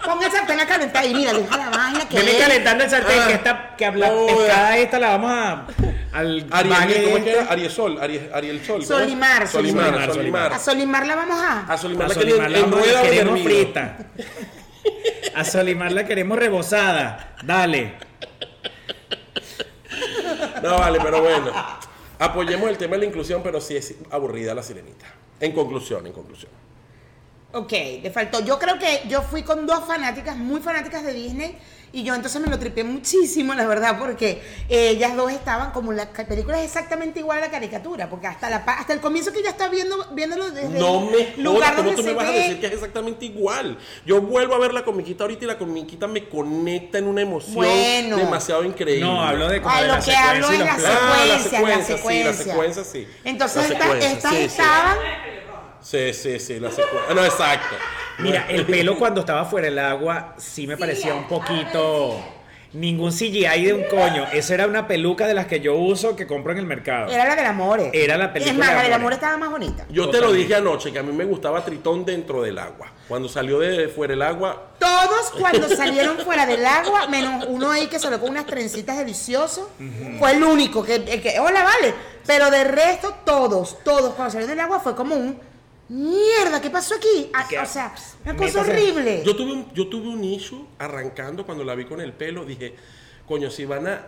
Speaker 2: Pon el sartén a calentar y mira, deja la vaina
Speaker 3: así.
Speaker 2: que.
Speaker 3: Veme
Speaker 2: es.
Speaker 3: calentando el sartén
Speaker 1: Ah.
Speaker 3: que esta, que habla
Speaker 1: Joda.
Speaker 3: pescada esta la vamos a al
Speaker 1: Ariel,
Speaker 3: baile
Speaker 1: ¿cómo es que
Speaker 3: este.
Speaker 1: era? Ariel Sol, Ariel, Ariel Sol. ¿cómo es?
Speaker 2: Solimar,
Speaker 1: Solimar,
Speaker 3: Solimar,
Speaker 1: Solimar.
Speaker 2: A Solimar la vamos a.
Speaker 1: A Solimar
Speaker 3: A
Speaker 1: la que
Speaker 3: Solimar
Speaker 1: le
Speaker 3: la vamos-
Speaker 1: enrueda los
Speaker 3: queremos
Speaker 1: hervidos.
Speaker 3: frita. A Solimar la queremos rebosada. Dale.
Speaker 1: No, vale, pero bueno. Apoyemos el tema de la inclusión, pero sí es aburrida la sirenita. En conclusión, en conclusión.
Speaker 2: Ok, le faltó. Yo creo que yo fui con dos fanáticas, muy fanáticas de Disney. Y yo entonces me lo tripé muchísimo, la verdad, porque eh, ellas dos estaban como la ca- película es exactamente igual a la caricatura, porque hasta la pa- hasta el comienzo que ya está viendo viéndolo desde
Speaker 1: No
Speaker 2: el
Speaker 1: me jodas, ¿cómo tú
Speaker 2: se
Speaker 1: me vas a
Speaker 2: ve.
Speaker 1: decir que es exactamente igual? Yo vuelvo a ver la comiquita ahorita y la comiquita me conecta en una emoción
Speaker 2: Bueno.
Speaker 1: demasiado increíble.
Speaker 3: No, hablo de como
Speaker 2: A
Speaker 3: de
Speaker 2: lo
Speaker 3: la
Speaker 2: que hablo es
Speaker 3: secuencia y
Speaker 2: la
Speaker 3: los planes.
Speaker 1: Ah, la
Speaker 2: secuencia, la
Speaker 1: secuencia, sí,
Speaker 2: secuencia.
Speaker 1: la secuencia, sí.
Speaker 2: Entonces
Speaker 1: La
Speaker 2: esta-
Speaker 1: secuencia,
Speaker 2: estas
Speaker 1: sí, sí.
Speaker 2: estaban,
Speaker 1: Sí, sí, sí, la secuencia. No, exacto.
Speaker 3: Mira, el pelo cuando estaba fuera del agua sí me parecía un poquito. Ningún CGI de un coño. Eso era una peluca de las que yo uso que compro en el mercado.
Speaker 2: era la del amor.
Speaker 3: Era la
Speaker 2: Es
Speaker 3: película
Speaker 2: más,
Speaker 3: de
Speaker 2: la del amor
Speaker 3: Amores.
Speaker 2: estaba más bonita.
Speaker 1: Yo te lo
Speaker 3: Totalmente.
Speaker 1: dije anoche que a mí me gustaba Tritón dentro del agua. Cuando salió de fuera del agua,
Speaker 2: Todos cuando salieron fuera del agua, menos uno ahí que se lo con unas trencitas deliciosos, fue el único que, el que, hola, vale. Pero de resto, todos, todos cuando salieron del agua fue como un, mierda, ¿qué pasó aquí? Ah,
Speaker 3: ¿Qué?
Speaker 2: o sea, una
Speaker 3: Métase.
Speaker 2: cosa horrible.
Speaker 1: yo tuve un, yo tuve un issue arrancando cuando la vi con el pelo. Dije, coño, si van a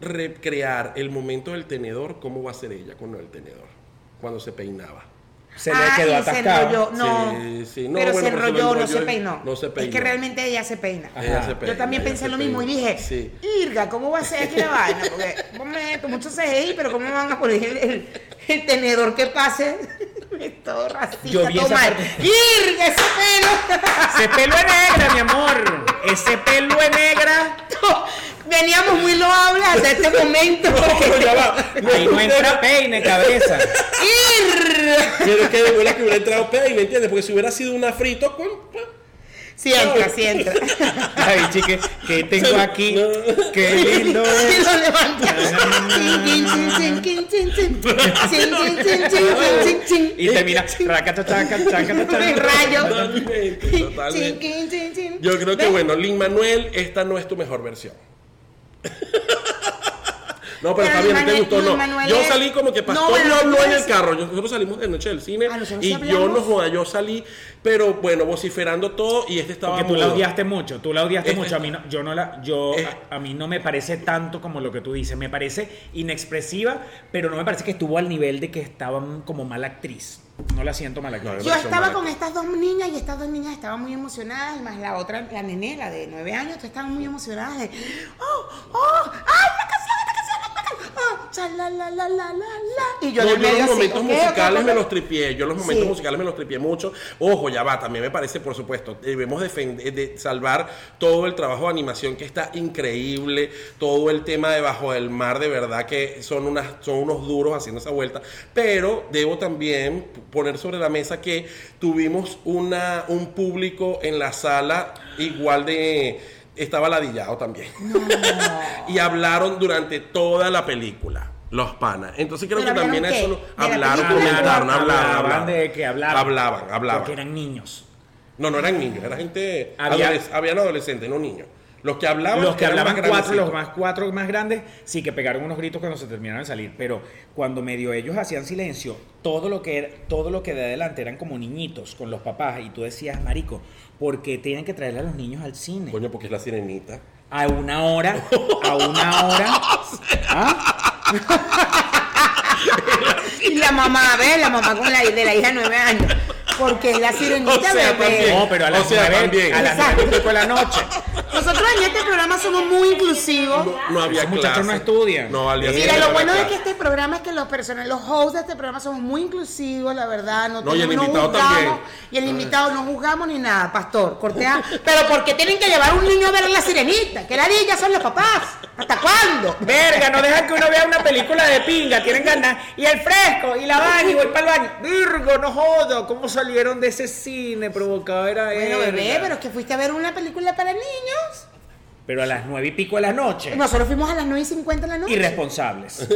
Speaker 1: recrear el momento del tenedor, ¿cómo va a ser ella con el tenedor? Cuando se peinaba.
Speaker 3: Se le
Speaker 2: Ah,
Speaker 3: quedó
Speaker 2: y Se enrolló,
Speaker 3: atascado.
Speaker 2: no.
Speaker 1: Sí, sí, no,
Speaker 2: pero
Speaker 1: bueno, pero
Speaker 2: se
Speaker 1: se
Speaker 2: enrolló,
Speaker 1: lo
Speaker 2: no se
Speaker 1: enrolló y
Speaker 2: peinó.
Speaker 1: no se
Speaker 2: Es
Speaker 1: peinó.
Speaker 2: que realmente ella se peina.
Speaker 3: Ajá.
Speaker 1: Ella se peina,
Speaker 2: Yo también
Speaker 1: ella
Speaker 2: pensé
Speaker 1: se
Speaker 2: lo mismo y
Speaker 1: peina.
Speaker 2: dije,
Speaker 1: Sí.
Speaker 2: irga, ¿cómo va a ser aquí la vaina? Porque vos me meto mucho CGI, pero ¿cómo me van a poner el, el- el tenedor que pase? [laughs] Es todo racista,
Speaker 3: Yo vi
Speaker 2: todo
Speaker 3: esa
Speaker 2: mal.
Speaker 3: parte.
Speaker 2: ¡Irga, ese pelo!
Speaker 3: Ese pelo es negra, mi amor. Ese pelo es negra.
Speaker 2: [laughs] Veníamos muy loables hasta este momento.
Speaker 1: Pero
Speaker 2: [laughs]
Speaker 1: ya va.
Speaker 3: Ahí no entra peine, cabeza.
Speaker 2: ¡Irga!
Speaker 1: Pero es que de bola que hubiera entrado peine, ¿entiendes? Porque si hubiera sido una frito, con-
Speaker 2: Sí entra, sí entra.
Speaker 3: Ay, chique, que tengo aquí.
Speaker 1: No.
Speaker 3: Qué lindo
Speaker 2: Y [laughs]
Speaker 3: es.
Speaker 2: lo levantas. Chin, chin, chin, chin, chin,
Speaker 1: [laughs]
Speaker 2: chin, chin. Chin, chin, chin, chin, chin, chin, chin.
Speaker 3: Y termina. Racata, chaca, chaca,
Speaker 2: [laughs] Me
Speaker 3: chaca.
Speaker 2: rayo.
Speaker 1: Totalmente,
Speaker 2: [laughs] Chin,
Speaker 1: totalmente.
Speaker 2: chin, chin, chin.
Speaker 1: Yo creo que
Speaker 2: ¿Ves?
Speaker 1: bueno, Lin Manuel, esta no es tu mejor versión. [laughs] No,
Speaker 2: Pero
Speaker 1: pero está bien, no te
Speaker 2: Lin-Manuel-
Speaker 1: gustó, no.
Speaker 2: Lin-Manuel
Speaker 1: Yo
Speaker 2: es-
Speaker 1: salí como que Pastor
Speaker 2: No, bueno,
Speaker 1: no habló en el
Speaker 2: sí.
Speaker 1: carro. Yo- Nosotros salimos de noche del cine
Speaker 2: Ah, nosotros sí
Speaker 1: y yo
Speaker 2: hablamos.
Speaker 1: no joda, yo salí, pero bueno, vociferando todo y este estaba
Speaker 3: Porque tú la
Speaker 1: mudo.
Speaker 3: odiaste mucho, tú la odiaste
Speaker 1: Es-
Speaker 3: mucho. A mí no, yo no la, yo
Speaker 1: es-
Speaker 3: a, a mí no me parece tanto como lo que tú dices. Me parece inexpresiva, pero no me parece que estuvo al nivel de que estaba como mala actriz. No la siento mala actriz.
Speaker 1: No,
Speaker 2: Yo
Speaker 1: Versión
Speaker 2: estaba
Speaker 1: barata.
Speaker 2: con estas dos niñas y estas dos niñas estaban muy emocionadas, y más la otra, la nene, la de nueve años, todas estaban muy emocionadas de, oh, oh, ay, la canción, la canción, la canción, oh, cha, la, la, la, la, la, la. Y yo
Speaker 1: No,
Speaker 2: en
Speaker 1: yo
Speaker 2: el medio
Speaker 1: los
Speaker 2: así,
Speaker 1: momentos
Speaker 2: ok, ok,
Speaker 1: musicales
Speaker 2: ok.
Speaker 1: me los tripié, yo los momentos
Speaker 2: Sí.
Speaker 1: musicales me los tripié mucho. Ojo, ya va, también me parece, por supuesto, debemos defender, de salvar todo el trabajo de animación que está increíble, todo el tema de Bajo del Mar, de verdad que son, unas, son unos duros haciendo esa vuelta, pero debo también poner sobre la mesa que tuvimos una, un público en la sala igual de... Estaba ladillado también. y hablaron durante toda la película. Los panas. Entonces creo
Speaker 2: ¿Pero
Speaker 1: que también
Speaker 2: hablaron
Speaker 1: eso
Speaker 2: qué?
Speaker 1: lo-
Speaker 2: ¿De la
Speaker 1: hablaron,
Speaker 2: película?
Speaker 1: comentaron, hablaban,
Speaker 3: Hablaban
Speaker 1: hablaban.
Speaker 3: de que hablaban.
Speaker 1: Hablaban, hablaban.
Speaker 3: Porque eran niños.
Speaker 1: No, no eran niños, era gente.
Speaker 3: Había-
Speaker 1: adoles- habían adolescentes, no niños. Los que hablaban.
Speaker 3: Los que
Speaker 1: eran más
Speaker 3: hablaban cuatro,
Speaker 1: grandecitos.
Speaker 3: los más cuatro más grandes, sí que pegaron unos gritos cuando se terminaron de salir. Pero cuando medio ellos hacían silencio, todo lo que era, todo lo que de adelante eran como niñitos con los papás. Y tú decías, marico, ¿por qué tienen que traerle a los niños al cine?
Speaker 1: Coño, porque es la sirenita.
Speaker 3: A una hora, a
Speaker 1: [laughs]
Speaker 3: una hora. ¿Ah?
Speaker 2: Y la mamá, ¿ves? La mamá con la, de la hija de nueve años. Porque es la sirenita,
Speaker 1: [laughs] O sea,
Speaker 2: bebé.
Speaker 1: también.
Speaker 3: No, pero a las
Speaker 1: O sea,
Speaker 3: nueve,
Speaker 1: también.
Speaker 3: a las nueve
Speaker 2: Exacto.
Speaker 3: y pico de la noche.
Speaker 2: Nosotros en este programa somos muy inclusivos.
Speaker 1: No, no había
Speaker 3: Ah. Esos muchachos
Speaker 1: clase.
Speaker 3: no estudian.
Speaker 1: No, al día
Speaker 2: Mira,
Speaker 1: siguiente
Speaker 2: lo
Speaker 1: no
Speaker 2: bueno
Speaker 1: había
Speaker 2: de que
Speaker 1: clase.
Speaker 2: este programa es que los personas, los hosts de este programa somos muy inclusivos, la verdad. No,
Speaker 1: No, y el
Speaker 2: tenemos- no
Speaker 1: invitado
Speaker 2: juzgamos,
Speaker 1: también.
Speaker 2: Y el invitado no juzgamos ni nada, pastor. Cortea. Pero ¿por qué tienen que llevar a un niño a ver a la sirenita? Que la niña son los papás. ¿Hasta cuándo?
Speaker 3: Verga, no dejan que uno vea una película de pinga, tienen ganas. Y el fresco, y la baña, y voy para el baño. Virgo, no jodo, ¿cómo salieron de ese cine provocado era
Speaker 2: Bueno,
Speaker 3: verga.
Speaker 2: bebé, pero es que fuiste a ver una película para niños.
Speaker 3: Pero a las nueve y pico de la noche.
Speaker 2: Nosotros fuimos a las 9 y 50 de la noche.
Speaker 3: [laughs] Irresponsables.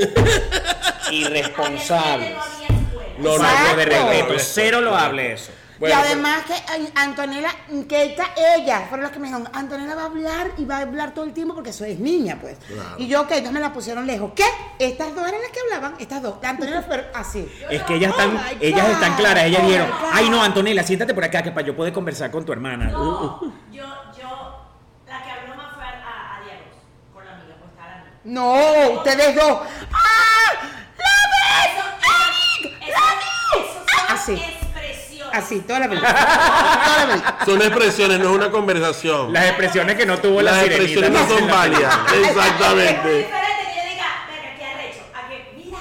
Speaker 3: Irresponsables.
Speaker 4: No había escuela.
Speaker 1: No, no, no,
Speaker 2: Exacto.
Speaker 3: de
Speaker 1: de
Speaker 3: respeto,
Speaker 1: respeto,
Speaker 3: cero lo hable eso.
Speaker 1: Bueno, pues-
Speaker 2: y además que ay, Antonella, Keita, ella, fueron las que me dijeron, Antonella va a hablar y va a hablar todo el tiempo porque eso es niña, pues.
Speaker 1: Claro.
Speaker 2: Y yo, que ellos me la pusieron lejos. ¿Qué? Estas dos eran las que hablaban, estas dos. La Antonella fue así.
Speaker 3: [laughs] Es que ellas
Speaker 2: Oh
Speaker 3: están,
Speaker 2: my
Speaker 3: ellas
Speaker 2: God.
Speaker 3: están claras, ellas
Speaker 2: Oh my
Speaker 3: dijeron,
Speaker 2: God.
Speaker 3: ay no, Antonella, siéntate por acá que para yo poder conversar con tu hermana.
Speaker 4: No, yo, yo, la que habló más fue a, a Diablos, con la amiga, pues estaba la amiga.
Speaker 2: No, ustedes dos. ¡Ah!
Speaker 4: Eso,
Speaker 2: ¡La vi! ¡La vi!
Speaker 4: eso, eso son
Speaker 2: Así.
Speaker 4: expresiones.
Speaker 2: Así, toda la película. Toda la película.
Speaker 1: Son expresiones, no es una conversación.
Speaker 3: Las expresiones que no tuvo la
Speaker 1: Las
Speaker 3: sirenita.
Speaker 1: expresiones no
Speaker 3: [laughs]
Speaker 1: son válidas.
Speaker 2: [laughs]
Speaker 4: Es muy
Speaker 1: Exactamente.
Speaker 4: diferente que yo diga, venga, qué arrecho, a que, mira,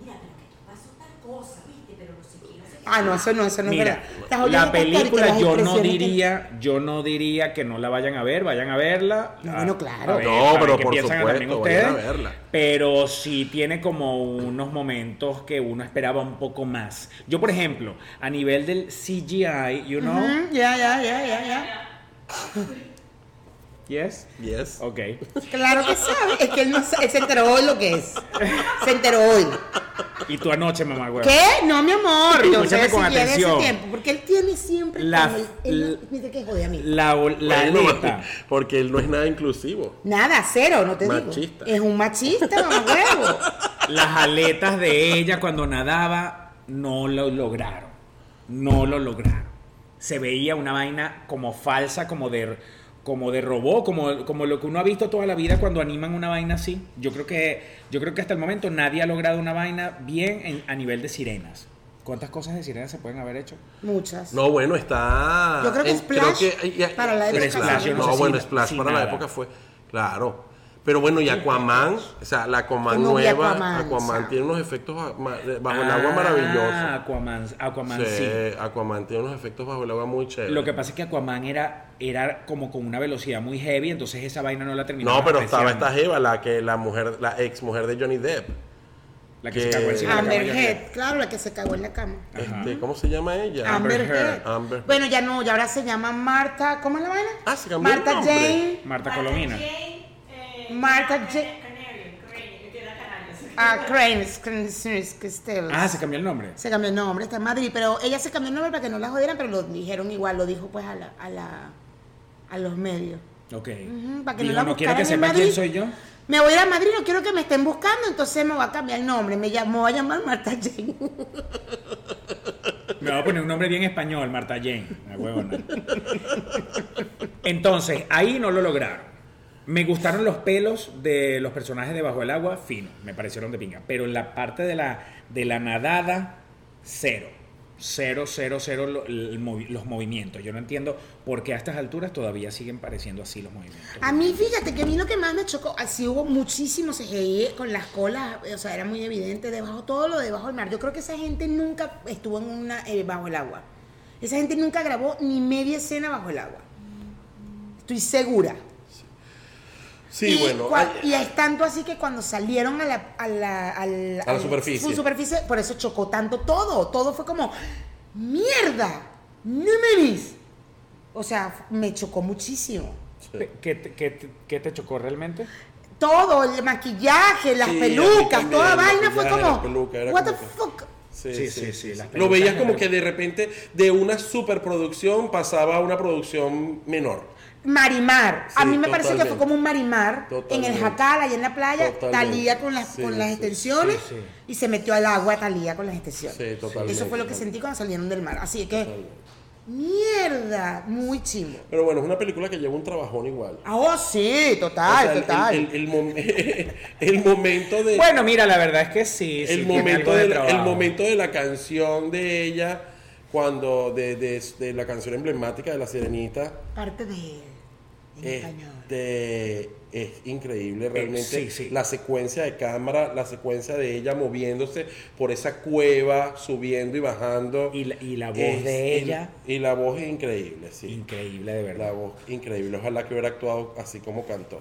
Speaker 4: mira, pero que tú pasó tal cosa, viste, pero no sé qué, no sé qué.
Speaker 2: Ah, no, eso no, eso no es
Speaker 3: Mira,
Speaker 2: verdad. Las orejas
Speaker 3: la
Speaker 2: de Pastor y que
Speaker 3: película
Speaker 2: las
Speaker 3: yo no
Speaker 2: expresiones que-
Speaker 3: diría, yo no diría que no la vayan a ver, vayan a verla.
Speaker 2: No,
Speaker 3: Ah,
Speaker 2: bueno, claro.
Speaker 3: a ver,
Speaker 1: No,
Speaker 3: a ver
Speaker 1: pero
Speaker 3: qué
Speaker 1: por
Speaker 3: piensan también
Speaker 1: supuesto, vayan a
Speaker 3: ustedes.
Speaker 1: verla.
Speaker 3: Pero sí tiene como unos momentos que uno esperaba un poco más. Yo, por ejemplo, a nivel del CGI, you know,
Speaker 2: Ujú, Ya, ya, ya, ya, ya.
Speaker 3: yes,
Speaker 1: Yes.
Speaker 3: ok.
Speaker 2: Claro que sabe. Es que él, no, sa- él se enteró hoy lo que es. Se enteró hoy.
Speaker 3: Y tú anoche, mamá, güey.
Speaker 2: ¿Qué? No, mi amor. Yo
Speaker 3: Escúchame
Speaker 2: sé
Speaker 3: con
Speaker 2: si quiere ese
Speaker 3: atención.
Speaker 2: tiempo. Porque él tiene siempre.
Speaker 3: La-
Speaker 2: como el- él no- mira que jode a mí.
Speaker 3: La, ol- la
Speaker 1: Bueno,
Speaker 3: aleta.
Speaker 1: porque él [laughs] no es nada inclusivo.
Speaker 2: Nada, cero, no te
Speaker 1: Machista.
Speaker 2: digo. Es un machista, mamá huevo.
Speaker 3: las aletas de ella cuando nadaba no lo lograron. No lo lograron. Se veía una vaina como falsa, como de, como de robot, como, como lo que uno ha visto toda la vida cuando animan una vaina así. Yo creo que, yo creo que hasta el momento nadie ha logrado una vaina bien en- a nivel de sirenas. ¿Cuántas cosas de sirenas se pueden haber hecho?
Speaker 2: Muchas.
Speaker 1: No, bueno, está.
Speaker 2: Yo creo que
Speaker 1: en-
Speaker 2: Splash para la
Speaker 1: pero
Speaker 3: época
Speaker 1: Splash,
Speaker 3: sí.
Speaker 1: no,
Speaker 3: No sé si-
Speaker 1: bueno, Splash
Speaker 3: si
Speaker 1: para
Speaker 3: nada.
Speaker 1: la época fue. Claro. Pero bueno, y Aquaman, o sea, la Aquaman
Speaker 2: Yo no vi
Speaker 1: nueva,
Speaker 2: Aquaman,
Speaker 1: Aquaman,
Speaker 2: o sea.
Speaker 1: tiene unos efectos ba- ma- de- bajo el
Speaker 3: Ah,
Speaker 1: agua maravillosos.
Speaker 3: Aquaman, Aquaman
Speaker 1: Sí,
Speaker 3: sí.
Speaker 1: Aquaman tiene unos efectos bajo el agua muy chéveres.
Speaker 3: Lo que pasa es que Aquaman era, era como con una velocidad muy heavy, entonces esa vaina no la terminó.
Speaker 1: no, pero estaba esta Jeva, la que la mujer, la ex mujer de Johnny Depp.
Speaker 3: La que se cagó
Speaker 1: que-
Speaker 3: encima de la
Speaker 2: Amber
Speaker 3: cama, yo creo.
Speaker 2: Heard, claro, la que se cagó en la cama.
Speaker 3: Ajá.
Speaker 1: Este, ¿Cómo se llama ella?
Speaker 2: Amber,
Speaker 3: Amber
Speaker 2: Heard.
Speaker 3: Heard.
Speaker 1: Amber Heard.
Speaker 2: Bueno, ya no, ya ahora se llama Marta. ¿Cómo es la vaina?
Speaker 1: Ah, se cambió el
Speaker 2: Marta
Speaker 1: nombre.
Speaker 2: Jane.
Speaker 3: Marta Colomina.
Speaker 4: Jane, eh,
Speaker 2: Marta
Speaker 4: Cana-
Speaker 2: Jane.
Speaker 4: Canario, Crane, que era Canarias.
Speaker 2: Ah, Crane, Crane, Crane,
Speaker 3: Ah, se cambió el nombre.
Speaker 2: Se cambió el nombre, está en Madrid, pero ella se cambió el nombre para que no la jodieran, pero lo dijeron igual, lo dijo pues a la, a la a los medios.
Speaker 3: Ok.
Speaker 2: Ujú, para que
Speaker 3: Dijo,
Speaker 2: no la
Speaker 3: no quiero
Speaker 2: buscaran
Speaker 3: que
Speaker 2: en
Speaker 3: sepa
Speaker 2: Madrid.
Speaker 3: quién soy yo.
Speaker 2: Me voy a ir a Madrid, no quiero que me estén buscando, entonces me voy a cambiar el nombre. Me llamó a llamar Marta Jane.
Speaker 3: Me voy a poner un nombre bien español, Marta Jane. La huevona. Entonces, ahí no lo lograron. Me gustaron los pelos de los personajes debajo del agua, fino, me parecieron de pinga. Pero en la parte de la, de la nadada, cero. Cero, cero, cero lo- el movi- los movimientos. Yo no entiendo por qué a estas alturas todavía siguen pareciendo así los movimientos.
Speaker 2: A mí, fíjate que a mí lo que más me chocó, así hubo muchísimo CGI con las colas, eh, o sea, era muy evidente, debajo, todo lo debajo del mar. Yo creo que esa gente nunca estuvo en una, eh, bajo el agua. Esa gente nunca grabó ni media escena bajo el agua. Estoy segura.
Speaker 1: Sí,
Speaker 2: y,
Speaker 1: bueno.
Speaker 2: cua-
Speaker 1: ay-
Speaker 2: y es tanto así que cuando salieron a la, a la, al-
Speaker 1: A la
Speaker 2: al-
Speaker 1: superficie.
Speaker 2: su superficie, por eso chocó tanto todo. Todo fue como, mierda, no me vis. O sea, me chocó muchísimo.
Speaker 3: ¿Qué te, qué te- qué te chocó realmente?
Speaker 2: todo, el maquillaje, las
Speaker 1: Sí, a mí
Speaker 2: pelucas,
Speaker 1: también,
Speaker 2: toda
Speaker 1: el
Speaker 2: vaina fue
Speaker 1: maquillaje,
Speaker 2: como.
Speaker 1: la peluca, era
Speaker 2: what the
Speaker 1: como que-
Speaker 2: fuck?
Speaker 1: Sí,
Speaker 3: Sí, sí, sí, las
Speaker 1: Lo veías
Speaker 3: pelucas
Speaker 1: como
Speaker 3: eran-
Speaker 1: que de repente de una superproducción pasaba a una producción menor.
Speaker 2: Marimar. a
Speaker 1: Sí,
Speaker 2: mí me parece que fue
Speaker 1: totalmente.
Speaker 2: como un marimar en
Speaker 1: Totalmente.
Speaker 2: el jacal, allá en la playa,
Speaker 1: Totalmente.
Speaker 2: Talía con las,
Speaker 1: Sí,
Speaker 2: con las
Speaker 1: sí,
Speaker 2: extensiones
Speaker 3: sí, sí.
Speaker 2: y se metió al agua Talía con las extensiones.
Speaker 1: Sí, totalmente.
Speaker 2: Eso fue lo que sentí cuando salieron del mar. Así que,
Speaker 1: Totalmente.
Speaker 2: mierda, muy chimbo.
Speaker 1: Pero bueno, es una película que lleva un trabajón igual.
Speaker 2: Ah, oh, sí,
Speaker 1: O
Speaker 2: total,
Speaker 1: sea, el-
Speaker 2: total.
Speaker 1: El, el mom- [laughs] el momento de.
Speaker 3: Bueno, mira, la verdad es que sí. sí,
Speaker 1: el,
Speaker 3: tiene
Speaker 1: momento
Speaker 3: algo de
Speaker 1: de la,
Speaker 3: trabajo.
Speaker 1: el momento de la canción de ella, cuando. De, de- de la canción emblemática de La Sirenita.
Speaker 2: Parte de él, en
Speaker 1: Eh.
Speaker 2: español.
Speaker 1: Este, es increíble realmente
Speaker 3: Eh, sí, sí.
Speaker 1: la secuencia de cámara, la secuencia de ella moviéndose por esa cueva, subiendo y bajando.
Speaker 3: Y la- y la voz
Speaker 1: Es-
Speaker 3: de
Speaker 1: y-
Speaker 3: ella.
Speaker 1: Y, la voz es increíble, sí.
Speaker 3: Increíble, de
Speaker 1: La
Speaker 3: verdad.
Speaker 1: voz increíble. Ojalá que hubiera actuado así como cantó.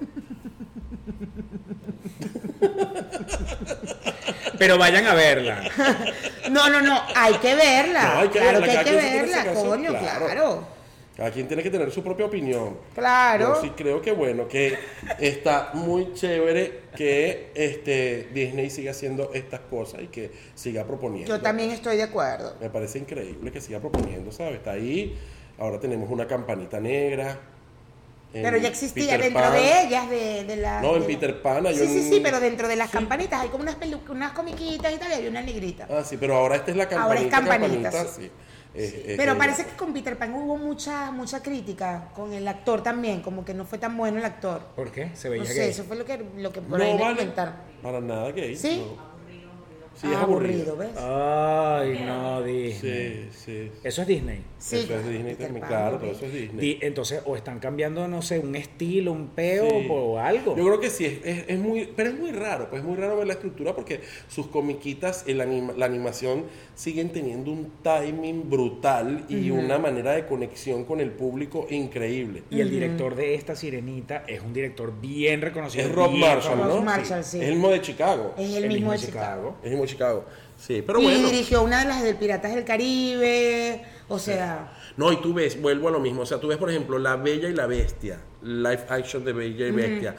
Speaker 3: Pero vayan a verla.
Speaker 1: [laughs]
Speaker 2: No, no, no, hay que verla.
Speaker 1: No, hay que
Speaker 2: claro
Speaker 1: verla,
Speaker 2: que hay
Speaker 1: cada
Speaker 2: que
Speaker 1: quien se merece
Speaker 2: verla,
Speaker 1: canción,
Speaker 2: coño,
Speaker 1: claro.
Speaker 2: claro.
Speaker 1: Cada quien tiene que tener su propia opinión.
Speaker 2: Claro.
Speaker 1: Yo sí creo que bueno, que está muy chévere que este Disney siga haciendo estas cosas y que siga proponiendo.
Speaker 2: Yo también estoy de acuerdo.
Speaker 1: Me parece increíble que siga proponiendo, ¿sabes? Está ahí. Ahora tenemos una campanita negra. en
Speaker 2: Pero ya existía
Speaker 1: Peter
Speaker 2: dentro
Speaker 1: Pan.
Speaker 2: de ellas, de, de la.
Speaker 1: No, en
Speaker 2: de la-
Speaker 1: Peter Pan hay
Speaker 2: Sí, sí,
Speaker 1: un-
Speaker 2: sí, pero dentro de las campanitas hay como unas, pelu- unas comiquitas y tal, y hay una negrita.
Speaker 1: Ah, sí, pero ahora esta es la campanita.
Speaker 2: Ahora es campanita, sí.
Speaker 1: Es- es
Speaker 2: pero
Speaker 1: que-
Speaker 2: parece que con Peter Pan hubo mucha mucha crítica con el actor también, como que no fue tan bueno el actor.
Speaker 3: ¿Por qué? Se veía
Speaker 2: No sé,
Speaker 3: que.
Speaker 2: eso fue lo que, lo que por ahí
Speaker 1: No
Speaker 2: me
Speaker 1: vale.
Speaker 2: comentaron.
Speaker 1: Para nada gay.
Speaker 2: ¿Sí?
Speaker 1: no. Sí, es
Speaker 2: Aburrido,
Speaker 1: aburrido. Ah,
Speaker 2: ¿ves?
Speaker 3: Ay, no, Disney.
Speaker 1: Sí, sí.
Speaker 3: Eso es Disney.
Speaker 2: Sí,
Speaker 1: eso es
Speaker 2: claro,
Speaker 1: Disney
Speaker 2: Peter
Speaker 1: también,
Speaker 2: Pan,
Speaker 1: claro,
Speaker 2: ok.
Speaker 1: todo eso es Disney.
Speaker 3: Di- entonces, o están cambiando, no sé, un estilo, un peo
Speaker 1: Sí.
Speaker 3: o algo.
Speaker 1: Yo creo que sí, es, es- es muy, pero es muy raro, pues es muy raro ver la estructura porque sus comiquitas, el anima- la animación siguen teniendo un timing brutal y una manera de conexión con el público increíble.
Speaker 3: Y el director de esta sirenita es un director bien reconocido.
Speaker 1: Es Rob
Speaker 3: bien
Speaker 1: Marshall,
Speaker 2: Rob
Speaker 1: ¿no?
Speaker 2: Marshall, sí.
Speaker 1: Es el mismo de Chicago.
Speaker 2: Es
Speaker 3: El, mismo de Chicago.
Speaker 1: Es el mismo de Chicago. Sí, pero
Speaker 2: y
Speaker 1: bueno.
Speaker 2: dirigió una de las del Piratas del Caribe, o sea,
Speaker 1: No, y tú ves, vuelvo a lo mismo, o sea, tú ves, por ejemplo, La Bella y la Bestia, live action de Bella y Bestia,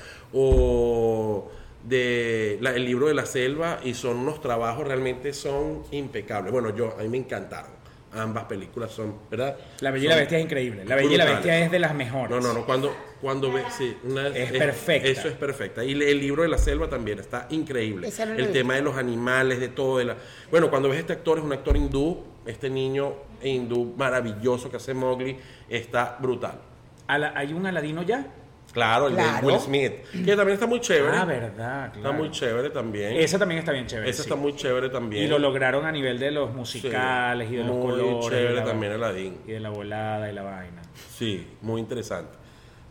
Speaker 1: o de la- el libro de la selva, y son unos trabajos realmente son impecables. Bueno, yo, a mí me encantaron. Ambas películas son, ¿verdad?
Speaker 3: La Bella y la
Speaker 1: Son
Speaker 3: Bestia es increíble. La Bella y la
Speaker 1: brutales.
Speaker 3: Bestia es de las mejores.
Speaker 1: No, no, no, cuando, cuando ves, sí, una-
Speaker 3: Es perfecta.
Speaker 1: Eso es perfecta. Y le- el libro de la selva también está increíble.
Speaker 2: Esa no la he
Speaker 1: el
Speaker 2: visto.
Speaker 1: tema de los animales, de todo. de la- Bueno, cuando ves este actor, es un actor hindú, este niño hindú maravilloso que hace Mowgli, está brutal.
Speaker 3: Ala- ¿Hay un Aladino ya?
Speaker 1: Claro, el de
Speaker 2: Claro.
Speaker 1: Will Smith, que también está muy chévere.
Speaker 3: Ah, verdad.
Speaker 1: Está
Speaker 3: claro.
Speaker 1: muy chévere también. Esa,
Speaker 3: Esa también está bien chévere. sí.
Speaker 1: está muy chévere también.
Speaker 3: Y lo lograron a nivel de los
Speaker 1: Sí,
Speaker 3: musicales y de los
Speaker 1: muy
Speaker 3: colores. y
Speaker 1: chévere
Speaker 3: la-
Speaker 1: también Aladdin.
Speaker 3: Y de la volada y la vaina.
Speaker 1: Sí, muy interesante.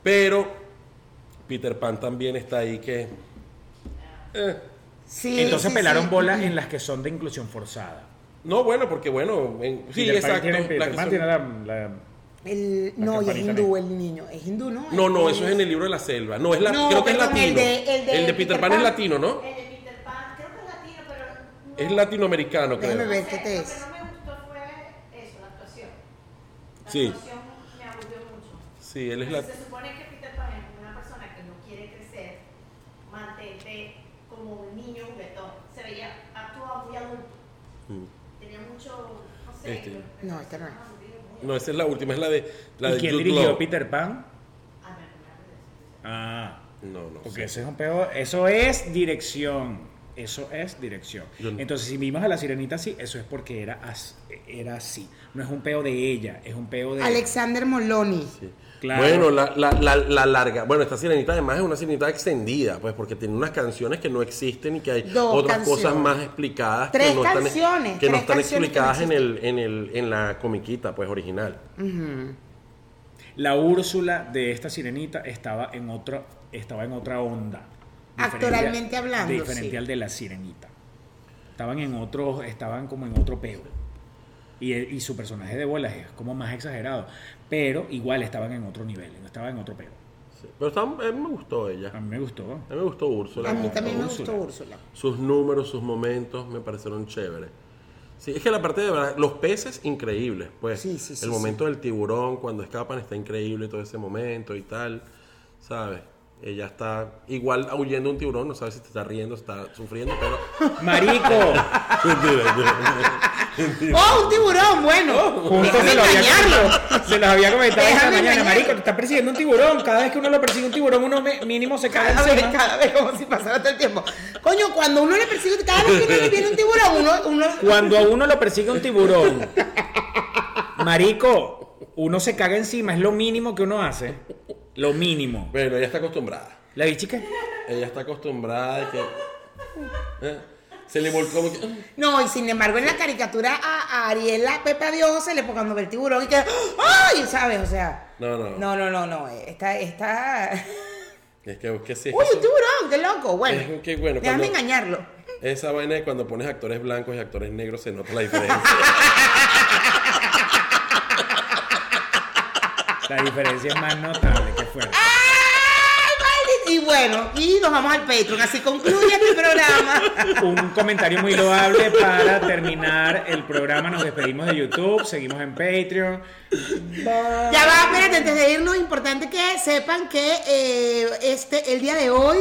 Speaker 1: Pero Peter Pan también está ahí que...
Speaker 2: sí.
Speaker 3: Entonces
Speaker 2: sí,
Speaker 3: pelaron
Speaker 2: sí.
Speaker 3: bolas en las que son de inclusión forzada.
Speaker 1: No, bueno, porque bueno... en- Sí,
Speaker 3: Peter Pan
Speaker 1: exacto.
Speaker 3: tiene-
Speaker 1: la
Speaker 3: Peter
Speaker 1: que
Speaker 3: Pan
Speaker 1: son-
Speaker 3: tiene la- la-
Speaker 2: El,
Speaker 3: La
Speaker 2: no, y es
Speaker 3: campanita
Speaker 2: hindú el niño, es hindú, ¿no?
Speaker 1: No, no, eso es en el libro de la selva. No, es la,
Speaker 2: No,
Speaker 1: creo que es
Speaker 2: perdón,
Speaker 1: latino.
Speaker 2: el de- el de Peter
Speaker 1: Peter Pan,
Speaker 2: Pan.
Speaker 1: es latino, ¿no?
Speaker 4: El de Peter Pan, creo que es latino, pero no-
Speaker 1: Es latinoamericano, creo.
Speaker 2: Déjame ver.
Speaker 4: no sé,
Speaker 2: ¿Qué te
Speaker 4: lo
Speaker 2: es?
Speaker 4: que no me gustó fue eso, la actuación. La
Speaker 1: Sí.
Speaker 4: actuación me aburrió mucho.
Speaker 1: Sí, él es
Speaker 4: Entonces,
Speaker 1: latino.
Speaker 4: Se supone que Peter Pan es una persona que no quiere crecer, mantente como un niño juguetón. Se veía, actuaba muy adulto,
Speaker 1: mm.
Speaker 4: tenía mucho, no sé.
Speaker 1: Este.
Speaker 4: lo-
Speaker 2: No, esta no es.
Speaker 4: aburrido, muy-
Speaker 1: No, esa es la última, es la de... La
Speaker 3: ¿Y
Speaker 1: de
Speaker 3: quién
Speaker 1: Jude
Speaker 3: dirigió
Speaker 1: Law.
Speaker 3: Peter Pan?
Speaker 4: Ah, me acuerdo de eso.
Speaker 3: Ah,
Speaker 1: No, no.
Speaker 3: porque
Speaker 1: sí.
Speaker 3: eso es un peor. Eso es dirección. Eso es dirección.
Speaker 1: Yo no-
Speaker 3: Entonces, si vimos a la sirenita así, eso es porque era así. Era así. No es un peo de ella, es un peo de.
Speaker 2: Alexander Moloni.
Speaker 1: Sí.
Speaker 3: Claro.
Speaker 1: Bueno, la, la- la- la larga. Bueno, esta sirenita además es una sirenita extendida, pues porque tiene unas canciones que no existen y que hay
Speaker 2: Dos
Speaker 1: otras
Speaker 2: canciones.
Speaker 1: cosas más explicadas
Speaker 2: Tres
Speaker 1: que no están,
Speaker 2: canciones,
Speaker 1: que no
Speaker 2: tres
Speaker 1: están
Speaker 2: canciones que no
Speaker 1: explicadas en, el, en, el, en la comiquita, pues original.
Speaker 3: La Úrsula de esta sirenita estaba en otro, estaba en otra onda. Diferente a-
Speaker 2: Actoralmente hablando,
Speaker 3: Diferente
Speaker 2: sí.
Speaker 3: al de la sirenita. Estaban en otro, estaban como en otro peo. Y, el- y su personaje de bolas es como más exagerado. Pero igual estaban en otro nivel, no estaban en otro peo.
Speaker 1: Sí. Pero está- a mí me gustó ella.
Speaker 3: A mí me gustó.
Speaker 1: A mí me gustó Úrsula.
Speaker 2: A mí también me
Speaker 3: Úrsula.
Speaker 2: gustó Úrsula.
Speaker 1: Sus números, sus momentos me parecieron chéveres. Sí, es que la parte de verdad, los peces increíbles, pues.
Speaker 2: Sí, sí, sí,
Speaker 1: el momento del tiburón cuando escapan está increíble todo ese momento y tal, ¿sabes? Ella está igual huyendo un tiburón, no sabe si te está riendo, está sufriendo,
Speaker 2: [laughs]
Speaker 1: pero.
Speaker 3: Marico,
Speaker 1: Mentira, mentira.
Speaker 2: ¡Oh, un tiburón! Bueno,
Speaker 3: [laughs]
Speaker 1: Oh,
Speaker 3: justo
Speaker 2: déjame
Speaker 3: se los había,
Speaker 2: engañarlo.
Speaker 3: se los había comentado esta
Speaker 2: Déjame
Speaker 3: mañana.
Speaker 2: engañarlo.
Speaker 3: Marico, te está persiguiendo un tiburón. Cada vez que uno lo persigue un tiburón, uno me- mínimo se cae
Speaker 2: Cada vez,
Speaker 3: encima.
Speaker 2: cada vez, como si pasara todo el tiempo. Coño, cuando uno le persigue, cada vez que uno le viene un tiburón, uno, uno
Speaker 3: Cuando a uno lo persigue un tiburón, marico, uno se caga encima, es lo mínimo que uno hace. Lo mínimo.
Speaker 1: Bueno, ella está acostumbrada.
Speaker 3: La bichica.
Speaker 1: Ella está acostumbrada de que. eh, Se le volcó como que. "Ah".
Speaker 2: No, y sin embargo, en la caricatura a, a Ariela, Pepa Dios, se le pone cuando ve el tiburón y que. ¡Ay! ¿Sabes? O sea.
Speaker 1: No, no.
Speaker 2: No, no, no, no. Esta. esta...
Speaker 1: Es que, es que sí, es que
Speaker 2: ¡Uy,
Speaker 1: eso-
Speaker 2: un tiburón! ¡Qué loco! Bueno.
Speaker 1: Es que, bueno,
Speaker 2: déjame
Speaker 1: cuando-
Speaker 2: engañarlo.
Speaker 1: Esa vaina de cuando pones actores blancos y actores negros se nota la diferencia.
Speaker 3: La diferencia es más notable que fuera.
Speaker 2: ¡Ay, maldito! Y bueno, y nos vamos al Patreon. Así concluye este programa.
Speaker 3: Un comentario muy loable para terminar el programa. Nos despedimos de YouTube, seguimos en Patreon.
Speaker 2: Ya va, espérate, antes de irnos, importante que sepan que eh, este, el día de hoy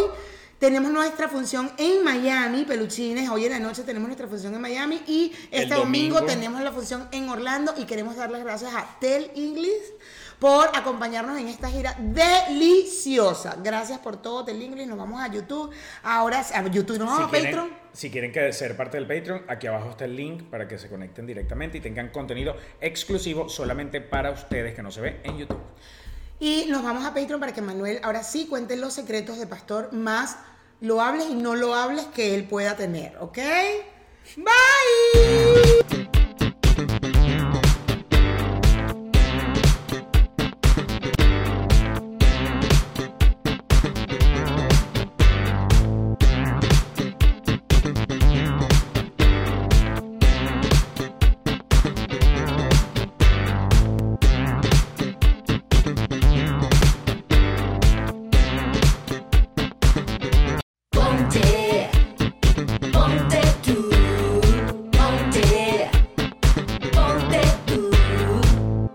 Speaker 2: tenemos nuestra función en Miami, peluchines. Hoy en la noche tenemos nuestra función en Miami y este
Speaker 3: El
Speaker 2: domingo.
Speaker 3: domingo.
Speaker 2: tenemos la función en Orlando y queremos dar las gracias a Tel English por acompañarnos en esta gira deliciosa. Gracias por todo, Tel English. Nos vamos a YouTube. Ahora a YouTube, nos
Speaker 3: Si
Speaker 2: vamos a
Speaker 3: quieren,
Speaker 2: Ah, Patreon.
Speaker 3: si quieren que- ser parte del Patreon, aquí abajo está el link para que se conecten directamente y tengan contenido exclusivo solamente para ustedes que no se ve en YouTube.
Speaker 2: Y nos vamos a Patreon para que Manuel ahora sí cuente los secretos de Pastor más lo hables y no lo hables que él pueda tener, ¿ok? Bye.